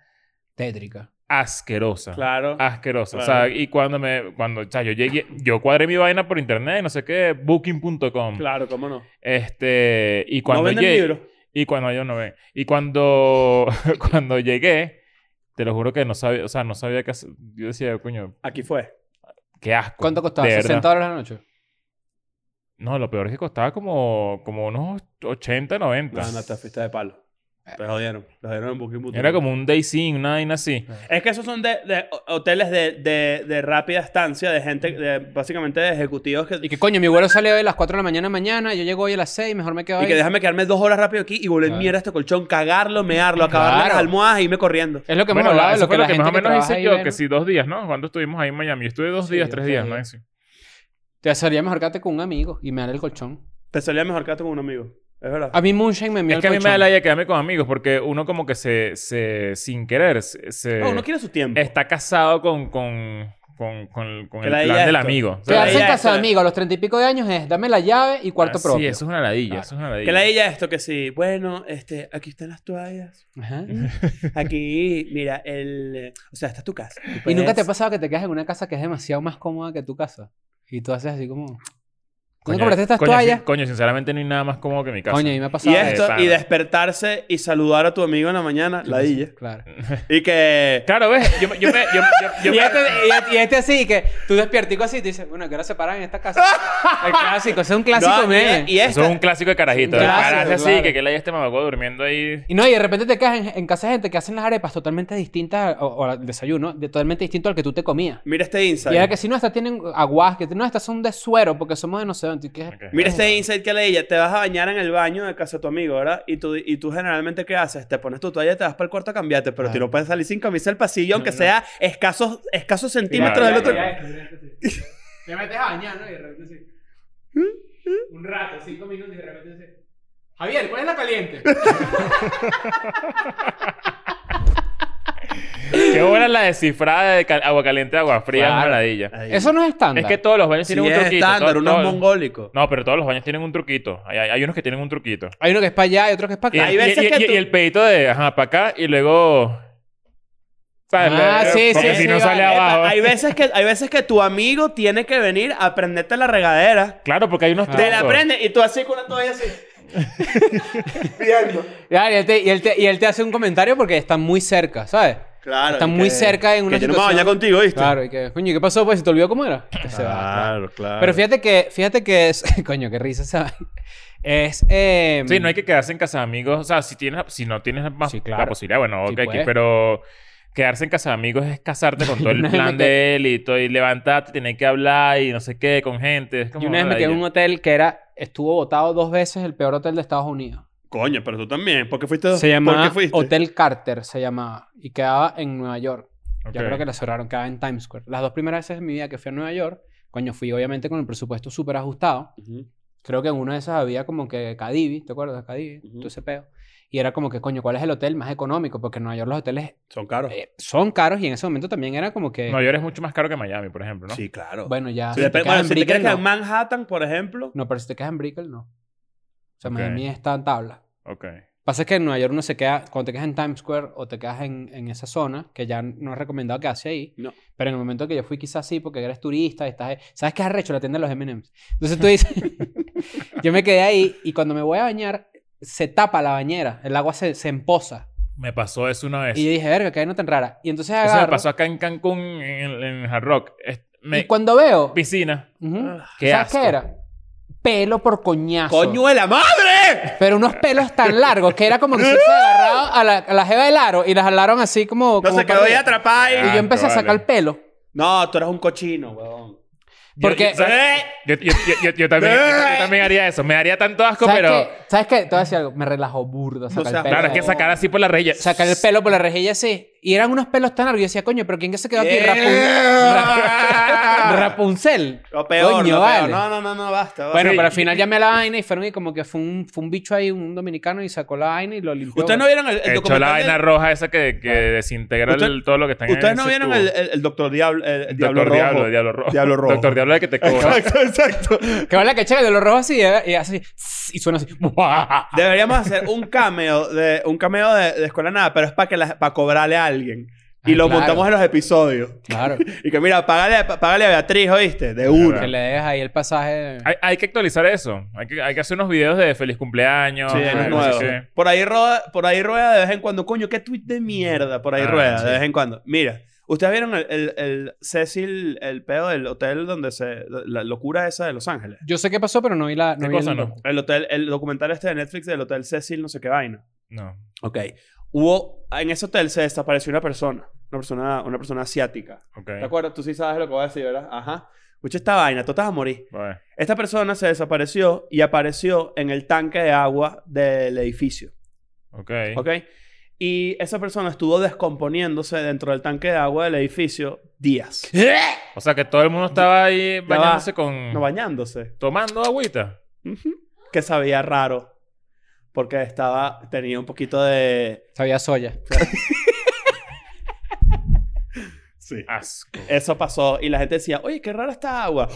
Tétrica. asquerosa. Claro. Ah. Asquerosa. O sea, Claro. y cuando me. Cuando, o sea, yo llegué. Yo cuadré mi vaina por internet, no sé qué, booking.com. Claro, cómo no. Este. Y No cuando venden llegué. libros. Y cuando yo no ven. Y cuando, cuando llegué, te lo juro que no sabía, o sea, no sabía qué hacer. Yo decía, coño, Aquí fue. qué asco. ¿Cuánto costaba? De ¿60 verdad. dólares la noche? No, lo peor es que costaba como, como unos 80, Pues. 90. No, no, te fuiste de palo. Te jodieron. Te jodieron en Booking. Era como un day sin, una vaina así. Es que esos son de, de ho- hoteles de, de, de rápida estancia, de gente, de, básicamente de ejecutivos que... Y Y que, que coño, mi vuelo sale hoy a las 4 de la mañana mañana, yo llego hoy a las 6, mejor me quedo ahí. déjame quedarme dos horas rápido aquí y volver Claro. mierda a este colchón, cagarlo, mearlo, acabar las Claro. almohadas y irme corriendo. Es lo que hemos Bueno, hablado, de eso lo fue que lo la que gente más o que menos trabaja hice ahí yo, ve, que ¿no? sí, dos días, ¿no? ¿Cuándo estuvimos ahí en Miami? Yo estuve dos Sí, días, yo tres estuve días, ahí. ¿no? Sí. Te salía mejor quedarte con un amigo y me dar el colchón. Te salía mejor quedarte con un amigo. Es verdad. A mí Moonshine me Es envió el que a mí colchón. me da la idea quedarme con amigos porque uno como que se, se sin querer, se, se- eh, No, uno quiere su tiempo. está casado con, con, con, con, con Que el la idea plan del es esto. amigo. la Quedarse idea es en casa de esa. amigo a los 30 y pico de años es dame la llave y cuarto Ah, propio. Sí, eso es una ladilla, eso es una ladilla. Que la ella esto, que sí. Bueno, este, aquí están las toallas. Ajá. Aquí, mira, el... O sea, esta es tu casa. Tú ¿Y nunca te Pues. ha puedes- pasado que te quedas en una casa que es demasiado más cómoda que tu casa? Y tú haces así como... ¿Dónde Coño, compraste estas coño, toallas? sin- Coño, sinceramente no hay nada más cómodo que mi casa. Coño, y me ha Y pasado eso. esto, Pana. y despertarse y saludar a tu amigo en la mañana, la ella. Claro. Y que... Claro, ves, yo, me- yo me... Yo, yo- yo Y me- este, y- y este así, que tú despiertico así y te dices, bueno, ¿a ¿qué hora se paran en esta casa? El clásico, ese es un clásico No, y- meme. Y Eso esta... es un clásico de carajito. Un de clásico, pararse así, claro. que, que le haya este mamacuevo durmiendo ahí... Y no, y de repente te quedas en, en casa de gente que hacen las arepas totalmente distintas, o, o al desayuno, de- totalmente distinto al que tú te comías. Mira este insight. Y era que si no, estas tienen aguas, que no, estas son de suero porque somos de no sé dónde. y que- Ok. Mira este insight que leí, ya te vas a bañar en el baño de casa de tu amigo, ¿verdad? Y tú, y tú generalmente, ¿qué haces? Te pones tu toalla y te vas para el cuarto a cambiarte, pero tú no puedes salir sin camisa al pasillo, aunque sea escasos, escasos centímetros Claro, del otro. Te metes a bañar, ¿no? Y de repente sí. Un rato, cinco minutos, y de repente sí. Javier, ¿cuál es la caliente? Qué buena la descifrada de cal- agua caliente, agua fría, Claro. una ladilla. Ahí. Eso no es estándar. Es que todos los baños Sí, tienen un es truquito. estándar, todo- uno es todo- mongólico. No, pero todos los baños tienen un truquito. Hay, hay- hay unos que tienen un truquito. Hay uno que es para allá y otro que es para Y, acá. Hay y- veces y- que y- tú- y el pedito de, ajá, para acá y luego... ¿sabes? Ah, Le- sí, porque sí, si no sí, sale vale. abajo. Hay veces, que, hay veces que tu amigo tiene que venir a prenderte la regadera. Claro, porque hay unos Te la trucos. prende y tú así con una toalla así. Viendo. Ya, y, él te, y, él te, y él te hace un comentario porque están muy cerca, ¿sabes? Claro. Están y muy que- cerca en una que yo no me voy a bañar situación- contigo, ¿viste? Claro, y que, coño, ¿qué pasó? Pues, ¿se te olvidó cómo era? Ah, Que se va, claro. claro. Pero fíjate que, fíjate que es... coño, qué risa esa. vaina. Es, eh... Sí, no hay que quedarse en casa de amigos. O sea, si, tienes, si no tienes más Sí, claro. la posibilidad, bueno, Sí, ok, pues. pero quedarse en casa de amigos es casarte con todo el Yo una vez plan me de él y, todo, y levantarte, tener que hablar y no sé qué con gente. Es como Yo una vez me quedé en un hotel que era... Estuvo votado dos veces el peor hotel de Estados Unidos. Coño, pero tú también. ¿Por qué fuiste? Se ¿Por qué llamaba fuiste? Hotel Carter, se llamaba. Y quedaba en Nueva York. Ok. Yo creo que la cerraron, quedaba en Times Square. Las dos primeras veces de mi vida que fui a Nueva York, coño, fui obviamente con el presupuesto súper ajustado. Ujú. Creo que en una de esas había como que Cadivi, ¿te acuerdas? Cadivi, Ujú. todo ese peo. Y era como que, coño, ¿cuál es el hotel más económico? Porque en Nueva York los hoteles Son caros. eh, son caros y en ese momento también era como que, Nueva York es mucho más caro que Miami, por ejemplo, ¿no? Sí, claro. bueno, ya. si, te, quedas bueno, en si te Brickell, quieres quedar en no. Manhattan, por ejemplo, No, pero si te quedas en Brickell, no. O sea, Ok. Miami está en tabla. Ok. Pasa que en Nueva York uno se queda, cuando te quedas en Times Square o te quedas en, en esa zona, que ya no es recomendado que hace ahí, No. pero en el momento que yo fui quizás sí, porque eres turista, estás, ¿sabes qué arrecho? La tienda de los M&M's. Entonces tú dices, yo me quedé ahí y cuando me voy a bañar, se tapa la bañera, el agua se, se empoza. Me pasó eso una vez. Y yo dije, verga, que no tan rara. Y entonces Eso me agarro, pasó acá en Cancún, en, el- en Hard Rock. Es- me- y cuando veo, Piscina. Ah, Ah, ujú, Qué ¿sabes asco. qué era? Pelo por coñazo. ¡coño de la madre! Pero unos pelos tan largos que era como que se hubiese agarrado a la, a la jeva del aro y las jalaron así como. No como se quedó para ahí arriba. atrapada ahí. Ah. Y yo empecé a sacar vale. el pelo. No, tú eres un cochino, weón. Yo- Porque- yo, ¿sabes? Yo- yo- yo- yo- yo también, yo también haría eso. Me haría tanto asco, ¿Sabes, pero. qué? ¿Sabes qué? Te voy a decir algo. Me relajó burdo sacar seas- el pelo. Claro, es que de- sacar así por la rejilla. Sacar el pelo por la rejilla así. Y eran unos pelos tan largos. Yo decía, coño, pero ¿quién que se quedó aquí? Rapu- Yeah. Rapunzel. Lo peor, Coño, lo peor. vale. No, no, no, no, basta. basta. Bueno, Sí. pero al final llamé a la vaina y fueron y como que fue un, fue un bicho ahí, un dominicano, y sacó la vaina y lo limpió. ¿Ustedes no vieron el, el Que echó la documental? vaina del- roja esa que, que Ah. desintegra el- Usted- todo lo que está en ¿Ustedes no ese vieron tubo. el, el, el Doctor Diablo, el, el Diablo Doctor Rojo? Diablo, Diablo Rojo. Diablo Rojo. Doctor Diablo el que te cobra. Exacto, exacto. Que va la que llega de los rojos así y y hace así. Y suena así. Deberíamos hacer un cameo de un cameo de, de Escuela Nada, pero es para que la- para cobrarle a alguien. Y Ah, lo claro. montamos en los episodios. Claro. Y que mira, págale, págale a Beatriz, ¿oíste? De Que una. le dejas ahí el pasaje. Hay, hay que actualizar eso. Hay que, hay que hacer unos videos de feliz cumpleaños. Sí, de años no sé nuevos. qué. Por ahí rueda, por ahí rueda de vez en cuando. Coño, qué tweet de mierda. Por ahí Ah, rueda sí. de vez en cuando. Mira, ustedes vieron el, el, el Cecil, el pedo del hotel donde se. La locura esa de Los Ángeles. Yo sé qué pasó, pero no vi la. No ¿Qué vi cosa el- no? El hotel, el documental este de Netflix del hotel Cecil, no sé qué vaina. No. Ok. Hubo. En ese hotel se desapareció una persona. Una persona, una persona asiática. Ok. ¿Te acuerdas? Tú sí sabes lo que voy a decir, ¿verdad? Ajá. Escucha esta vaina, tú estás a morir. Vale. Esta persona se desapareció y apareció en el tanque de agua del edificio. Ok. ¿Ok? Y esa persona estuvo descomponiéndose dentro del tanque de agua del edificio días. O sea que todo el mundo estaba ahí bañándose con. No bañándose. tomando agüita. Que sabía raro. Porque estaba, tenía un poquito de... Sabía soya. Sí. Asco. Eso pasó. Y la gente decía, oye, qué rara esta agua.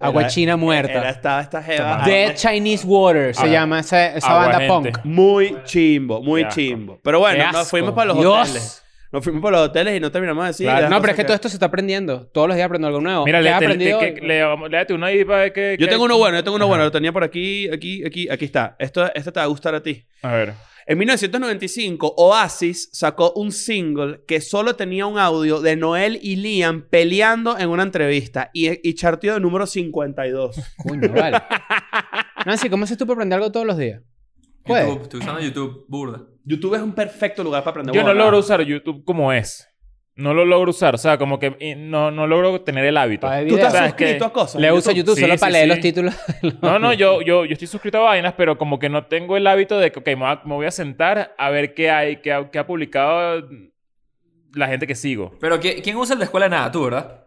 Agua Era- china Era, muerta. estaba esta jeva. Dead Chinese Water se Ah. llama esa, esa Agua, banda gente. punk. Muy chimbo, muy Qué asco. chimbo. Pero bueno, Qué nos asco. fuimos para los Dios. hoteles. Nos fuimos para los hoteles y no terminamos de decir. Claro. las No, pero es que todo cosas esto se está aprendiendo. Todos los días aprendo algo nuevo. Mira, ¿Qué has léete, aprendido que- hoy? que- le- léete uno ahí para ver qué. Yo qué- tengo uno bueno, yo tengo uno Ajá. bueno. Lo tenía por aquí, aquí, aquí, aquí está. Esto, esto te va a gustar a ti. A ver. En 1995, Oasis sacó un single que solo tenía un audio de Noel y Liam peleando en una entrevista y, y charteó de número 52. Coño, vale. Nancy, ¿cómo haces tú para aprender algo todos los días? Puede. YouTube, estoy usando YouTube, burda. YouTube es un perfecto lugar para aprender. Yo no huevonada. logro usar YouTube como es. No lo logro usar. O sea, como que eh, no, no logro tener el hábito. Para ver ¿Tú videos. estás O sea, es que- suscrito a cosas? Le en uso YouTube Sí, solo sí, para leer sí. los títulos. No, no, yo, yo, yo estoy suscrito a vainas, pero como que no tengo el hábito de que, ok, me voy a, me voy a sentar a ver qué hay, qué ha, qué ha publicado la gente que sigo. Pero ¿qui- ¿quién usa el de escuela de nada? ¿Tú, verdad?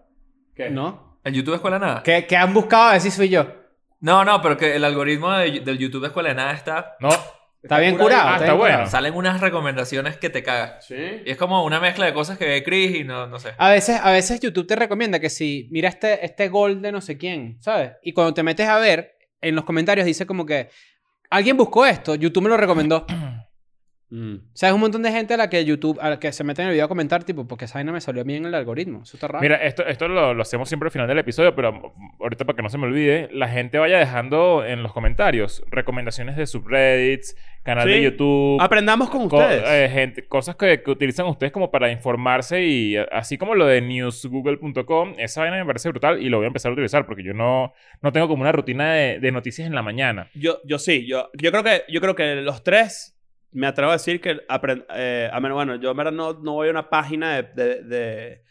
¿No? ¿El YouTube de escuela de nada? ¿Qué, qué han buscado? A ver si soy yo. No, no, pero que el algoritmo de- del YouTube de escuela de nada está... No, Está bien curado. curado. Ah, bien está curado. bueno. Salen unas recomendaciones que te cagas. Sí. Y es como una mezcla de cosas que ve Chris y no, no sé. A veces, a veces YouTube te recomienda que si mira este, este gol de no sé quién, ¿sabes? Y cuando te metes a ver, en los comentarios dice como que alguien buscó esto, YouTube me lo recomendó. O Mm. sea, es un montón de gente a la que YouTube, a la que se mete en el video a comentar, tipo, porque esa vaina me salió bien el algoritmo. Eso está raro. Mira, esto, esto lo, lo hacemos siempre al final del episodio, pero mm, ahorita para que no se me olvide, la gente vaya dejando en los comentarios recomendaciones de subreddits, canal Sí. de YouTube. Aprendamos con co- ustedes. eh, gente, cosas que, que utilizan ustedes como para informarse y eh, así como lo de newsgoogle.com, esa vaina me parece brutal y lo voy a empezar a utilizar porque yo no, no tengo como una rutina de, de noticias en la mañana. Yo, yo sí, yo, yo, creo que, yo creo que los tres, me atrevo a decir que, aprend- eh, a menos, bueno, yo en verdad no, no voy a una página de, de, de-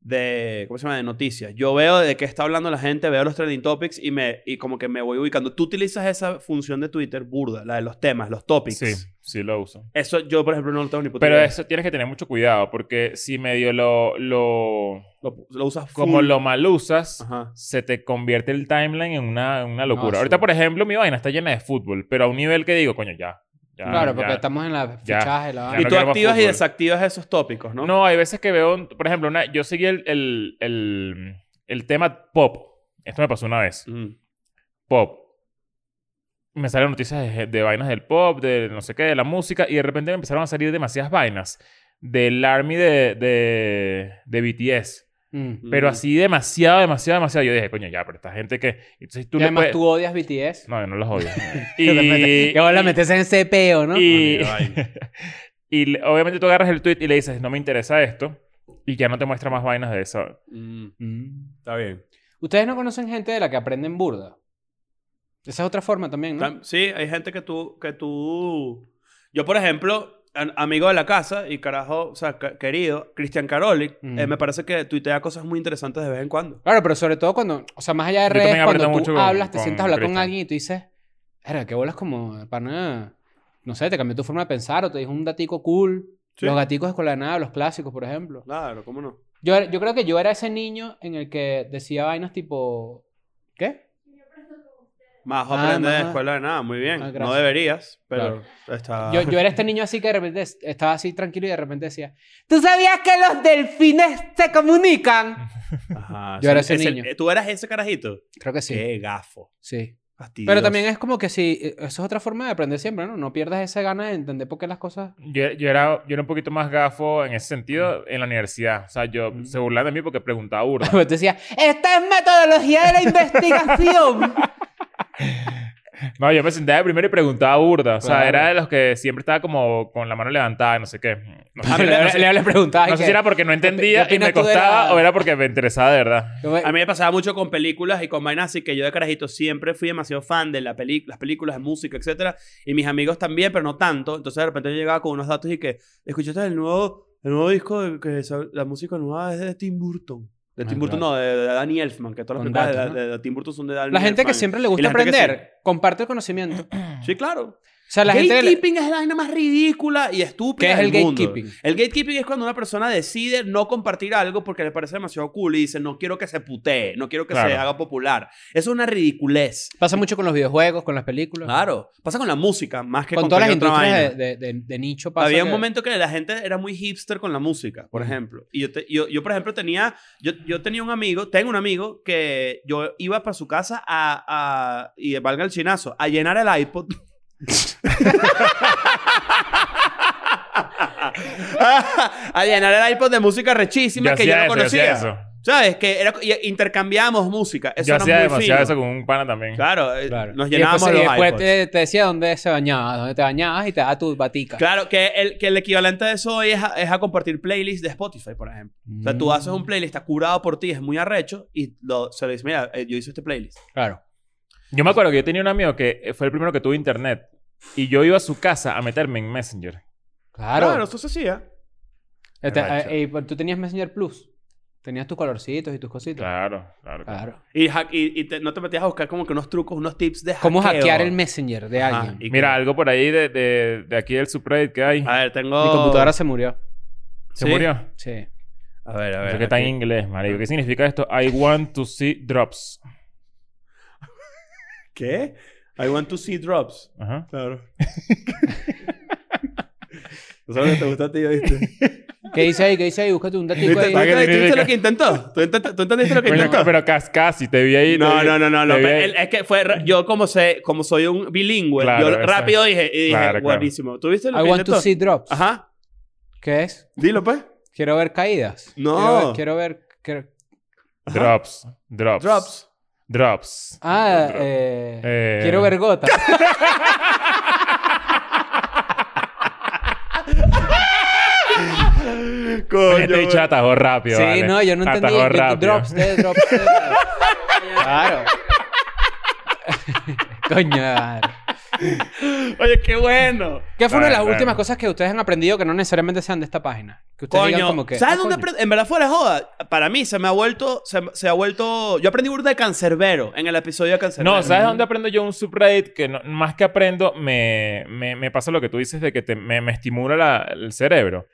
de, ¿cómo se llama? De noticias. Yo veo de qué está hablando la gente, veo los trending topics y, me, y como que me voy ubicando. Tú utilizas esa función de Twitter burda, la de los temas, los topics. Sí, sí lo uso. Eso yo, por ejemplo, no lo tengo ni puta Pero idea. eso tienes que tener mucho cuidado porque si medio lo, lo Lo, lo usas full. como lo mal usas, Ajá. se te convierte el timeline en una, en una locura. sí. Ahorita, por ejemplo, mi vaina está llena de fútbol, pero a un nivel que digo, coño, ya. ya claro, porque ya. estamos en la Ya. fichaje, la Ya Y no tú quiero más activas y fútbol. desactivas esos tópicos, ¿no? ¿no? hay veces que veo, un- por ejemplo, una, yo seguí el, el, el, el tema pop. Esto me pasó una vez. Mm. Pop. Me salen noticias de, de vainas del pop, de no sé qué, de la música, y de repente me empezaron a salir demasiadas vainas del army de, de, de BTS. Mm. Pero Mm. así demasiado, demasiado, demasiado. Yo dije, coño, ya, pero esta gente que... Entonces tú Y le además puedes- tú odias BTS. No, yo no los odio. Y... y... Que vos la metes en ese peo, ¿no? Y, Ah, mira, y le- obviamente tú agarras el tweet y le dices, no me interesa esto. Y ya no te muestra más vainas de eso. Mm. Mm. Está bien. Ustedes no conocen gente de la que aprenden burda. Esa es otra forma también, ¿no? Tam- Sí, hay gente que tú, que tú... Yo, por ejemplo, an- amigo de la casa y carajo, o sea, ca- querido, Cristian Caroli, Mm. eh, me parece que tuitea cosas muy interesantes de vez en cuando. Claro, pero sobre todo cuando, o sea, más allá de Yo redes, también aprendo cuando tú mucho con- hablas, te con sientas a hablar con Cristian. alguien y tú dices, era que bolas como, para nada, no sé, te cambió tu forma de pensar o te dijo un datico cool. Sí. Los gaticos de cola de nada, los clásicos, por ejemplo. Claro, ¿cómo no? Yo, era- yo creo que yo era ese niño en el que decía vainas tipo, ¿qué? Más Ah, aprende de más- escuela de nada, muy bien. Ah, gracias. no deberías, pero está... Yo, yo era este niño así que de repente es- estaba así tranquilo y de repente decía, ¿tú sabías que los delfines se comunican? Ajá, Yo era ese- ese ese- niño. ¿Tú eras ese carajito? Creo que sí. Qué gafo. Sí. Fastidioso. Pero también es como que si, eh, eso es otra forma de aprender siempre, ¿no? No pierdas esa gana de entender por qué las cosas... Yo, yo era, yo era un poquito más gafo en ese sentido en la universidad. O sea, yo Mm. se burlaban de mí porque preguntaba burda. Pero te decía, esta es metodología de la investigación. No, yo me sentaba de primero y preguntaba burda. O sea, Claro. era de los que siempre estaba como con la mano levantada y no sé qué. No sé, A mí me- Leo, Leo Ah, le preguntaba. no sé que- si era porque no entendía ¿Qué y me opinas tú de costaba la- o era porque me interesaba de verdad. Yo me- A mí me pasaba mucho con películas y con vainas así que yo de carajito siempre fui demasiado fan de la peli- las películas, de música, etcétera, y mis amigos también, pero no tanto. Entonces de repente yo llegaba con unos datos y que escuchaste el nuevo el nuevo disco de- que es- la música nueva es de Tim Burton. De Tim Ah, Burton no, de, de Danny Elfman, que todas las Con películas datos, de, de- de Tim Burton son de Danny La gente que Elfman. siempre le Y gusta la gente que aprender, comparte el conocimiento. O Sí, claro. sea, la gente... que le- gatekeeping es la vaina más ridícula y estúpida. ¿Qué es el del mundo. gatekeeping? El gatekeeping es cuando una persona decide no compartir algo porque le parece demasiado cool y dice, no quiero que se putee, no quiero que se Claro. haga popular. Es una ridiculez. Pasa mucho con los videojuegos, con las películas. Claro. Pasa con la música, más que con, con todas las cualquier otra industrias vaina. de, de- de- de nicho pasa Había un que- momento que la gente era muy hipster con la música, por Ujú. ejemplo. Y yo, te- yo, yo, por ejemplo, tenía, yo, yo tenía un amigo, tengo un amigo que yo iba para su casa a, a- y valga el chinazo, a llenar el iPod. a llenar el iPod de música rechísima Yo que yo hacía no eso, yo hacía conocía. eso. ¿Sabes? Que era, y- intercambiábamos música. Eso yo era hacía muy demasiado fino. eso con un pana también. Claro, eh, Claro. nos Y llenábamos después, y los después iPods. te, te decía dónde se bañaba, dónde te bañabas y te daba tu batica. Claro, que el, que el equivalente de eso hoy es a, es a compartir playlists de Spotify, por ejemplo. O sea, tú Mm, haces un playlist, está curado por ti, es muy arrecho, y lo, se le dice, mira, eh, yo hice este playlist. Claro. Yo me acuerdo que yo tenía un amigo que eh, fue el primero que tuvo internet. Y yo iba a su casa a meterme en Messenger. Claro. eso se hacía. Este, Arrecho. eh, eh, tú tenías Messenger Plus. Tenías tus colorcitos y tus cositas. Claro, claro. claro. Claro. Y, hack- y- y te- no te metías a buscar como que unos trucos, unos tips de ¿Cómo hackeo. hackear el Messenger de Ajá, alguien? y- Mira, algo por ahí de, de, de aquí del subreddit que hay. A ver, tengo... Mi computadora se murió. ¿Se ¿sí? murió? Sí. A ver, a ver. Eso que está en aquí. Ah. inglés, marico. ¿Qué significa esto? I want to see drops. ¿Qué? I want to see drops. Ajá. Claro. no sabes lo que te gusta a ti, ¿viste? ¿Qué dice ahí? ¿Qué dice ahí? Búscate un datico ¿Viste? ahí. ¿Tú entendiste lo que intentó? ¿Tú ent- tú entendiste lo que Bueno, intentó? pero cas- casi, te vi ahí. No, te vi- no, no, no, no. te vi pero ahí. él- es que fue. ra- Yo, como sé, como soy un bilingüe, Claro, yo eso rápido dije, y dije, Claro, claro. buenísimo. ¿Tú viste lo I que want to intentó? see drops. Ajá. ¿Qué es? Dilo, pues. Quiero ver caídas. No. Quiero ver... Quiero ver... quiero- Drops. Drops. Drops. Drops. Ah, Drops. eh, Eh. Quiero ver gotas. Oye, Este bicho atajó rápido. sí, vale. Ah, no, yo no entendí. Atajó Yo- rápido. Drops, de, drops, de. Claro. Coño, vale. Oye, qué bueno. ¿Qué fue una de las Claro, últimas claro. cosas que ustedes han aprendido que no necesariamente sean de esta página? Que ustedes digan Coño, como que... ¿sabes ah, dónde coño. aprend- En verdad fuera de joda. Para mí se me ha vuelto... Se, se ha vuelto... Yo aprendí burda de cancerbero en el episodio de cancerbero. No, ¿sabes dónde aprendo yo un subreddit? Que no- más que aprendo, me, me, me pasa lo que tú dices de que te- me, me estimula la- el cerebro.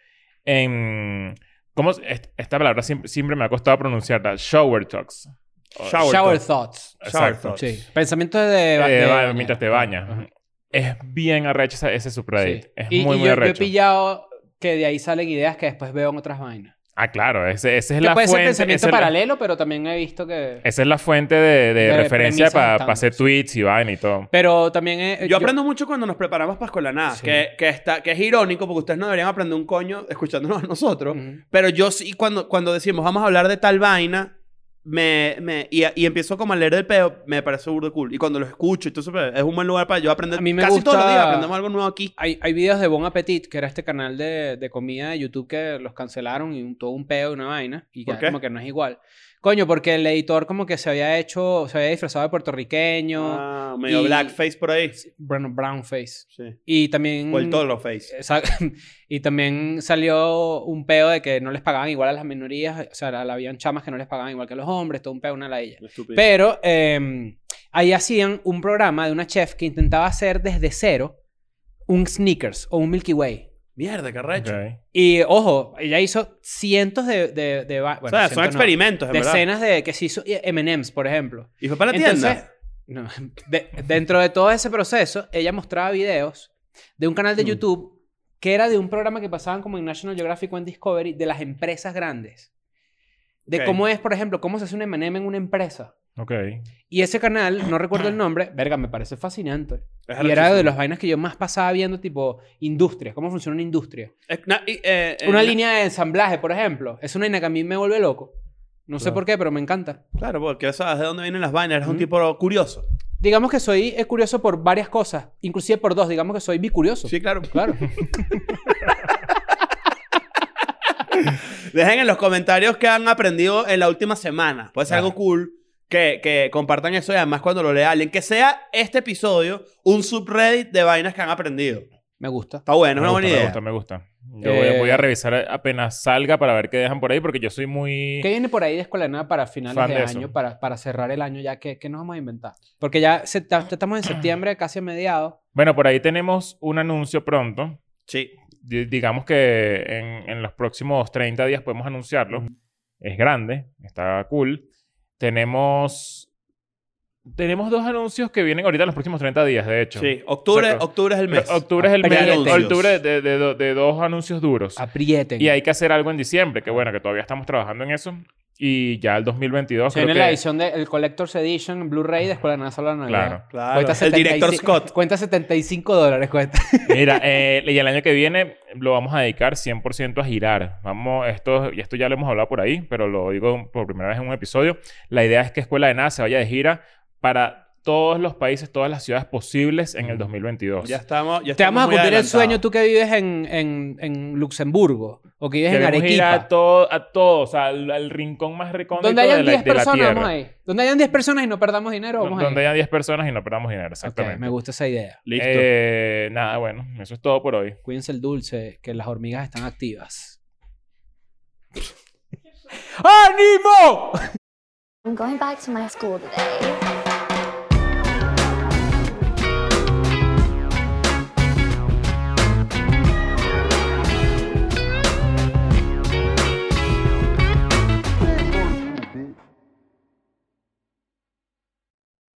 En... ¿Cómo? es? Est- Esta palabra siempre, siempre me ha costado pronunciarla. Shower talks. O- Shower Shower thoughts. Shower Exacto. thoughts. Sí. Pensamientos de... de- Eh, de va- bañera. mientras te bañas. Ajá. Es bien arrecho ese, ese subreddit. Sí. Es Y- muy, muy y yo, yo he arrecho. pillado que de ahí salen ideas que después veo en otras vainas. Ah, claro. Ese, ese es Que la puede ser fuente. pensamiento ese es la- paralelo, pero también he visto que... Esa es la fuente de, de De referencia premisas para estándar. hacer tweets y vaina y todo. Pero también he- Yo aprendo mucho cuando nos preparamos para Escolanada. Sí. Que, que, está, que es irónico porque ustedes no deberían aprender un coño escuchándonos a nosotros. Ujú. Pero yo sí, cuando, cuando decimos vamos a hablar de tal vaina, me, me, y, y empiezo como a leer el peo, me parece burdo cool. Y cuando lo escucho, entonces pues, es un buen lugar para yo aprender. A mí me Casi todos los gusta- días aprendemos algo nuevo aquí. Hay, hay videos de Bon Appetit, que era este canal de, de comida de YouTube que los cancelaron y un- todo un pedo y una vaina. Y ¿Por ya qué? como que no es igual. Coño, porque el editor como que se había hecho, se había disfrazado de puertorriqueño. Ah, medio y- blackface por ahí. Sí. Bueno, brownface. Y también... O el toro face. Esa- y también salió un peo de que no les pagaban igual a las minorías, o sea, la- la- habían chamas que no les pagaban igual que a los hombres, todo un peo, una ladilla. Estúpido. Pero eh, ahí hacían un programa de una chef que intentaba hacer desde cero un Snickers o un Milky Way. Mierda, qué recho. Ok. Y ojo, ella hizo cientos de... de, de va- bueno, o sea, son cientos no, experimentos, en verdad. Decenas de... que se hizo M&M's, por ejemplo. Y fue para la Entonces, tienda. no, de- dentro de todo ese proceso, ella mostraba videos de un canal de Mm. YouTube que era de un programa que pasaban como en National Geographic o en Discovery de las empresas grandes. De Ok. cómo es, por ejemplo, cómo se hace un M&M en una empresa. Ok. Y ese canal, no recuerdo el nombre, verga, me parece fascinante. Es y era de arrechísimo. las vainas que yo más pasaba viendo, tipo, industrias, cómo funciona una industria. Es- na- y, eh, eh, una na- línea de ensamblaje, por ejemplo, es una línea que a mí me vuelve loco. No sé Claro. por qué, pero me encanta. Claro, porque sabes de dónde vienen las vainas. Eres un Ujú. tipo curioso. Digamos que soy eh, curioso por varias cosas, inclusive por dos, digamos que soy bicurioso. Sí, claro. Claro. Dejen en los comentarios qué han aprendido en la última semana. Puede ser Ajá. algo cool que, que compartan eso y además cuando lo lea alguien. Que sea este episodio un subreddit de vainas que han aprendido. Me gusta. Está bueno, me es una gusta, buena Me idea. gusta, me gusta. Yo voy, a- voy a Eh, revisar apenas salga para ver qué dejan por ahí porque yo soy muy... ¿Qué viene por ahí de Escuela de Nada para finales Fan de, de eso. año, para, para cerrar el año ya? ¿Qué, qué nos vamos a inventar? Porque ya, se- ya estamos en septiembre, casi a mediados. Bueno, por ahí tenemos un anuncio pronto. Sí. Di- digamos que en, en los próximos 30 días podemos anunciarlo. Es grande, está cool. Tenemos... Tenemos dos anuncios que vienen ahorita en los próximos 30 días, de hecho. Sí. Octubre, Exacto. octubre es el mes. Ah, Pero Octubre es el Apriete. mes. Anuncios. Octubre de, de do- de dos anuncios duros. Ah, Aprieten. Y hay que hacer algo en diciembre, que bueno, que todavía estamos trabajando en eso. Y ya el 2022 Se creo viene que... la edición del Collector's Edition en Blu-ray de Escuela de Nada solo a la Navidad. Claro. Claro. Cuesta El director 75 Scott. Cuenta 75 dólares cuesta. Mira, eh, y el año que viene lo vamos a dedicar 100% a girar. Vamos, esto, y esto ya lo hemos hablado por ahí, pero lo digo por primera vez en un episodio. La idea es que Escuela de Nada se vaya de gira para todos los países, todas las ciudades posibles en el 2022. Ya estamos. Ya Te estamos vamos a muy cumplir el adelantados. sueño tú que vives en, en, en Luxemburgo o que vives en Queremos ir Arequipa. a, todo, a todos, al, al rincón más recóndito Donde de hayan la, 10 de la personas, Tierra. vamos ahí. Donde hayan 10 personas y no perdamos dinero, vamos Donde ahí. haya 10 personas y no perdamos dinero, Ok, exactamente. me gusta esa idea. Listo. Eh, nada, bueno, eso es todo por hoy. Cuídense el dulce, que las hormigas están activas. ¡Ánimo! I'm going back to my school today.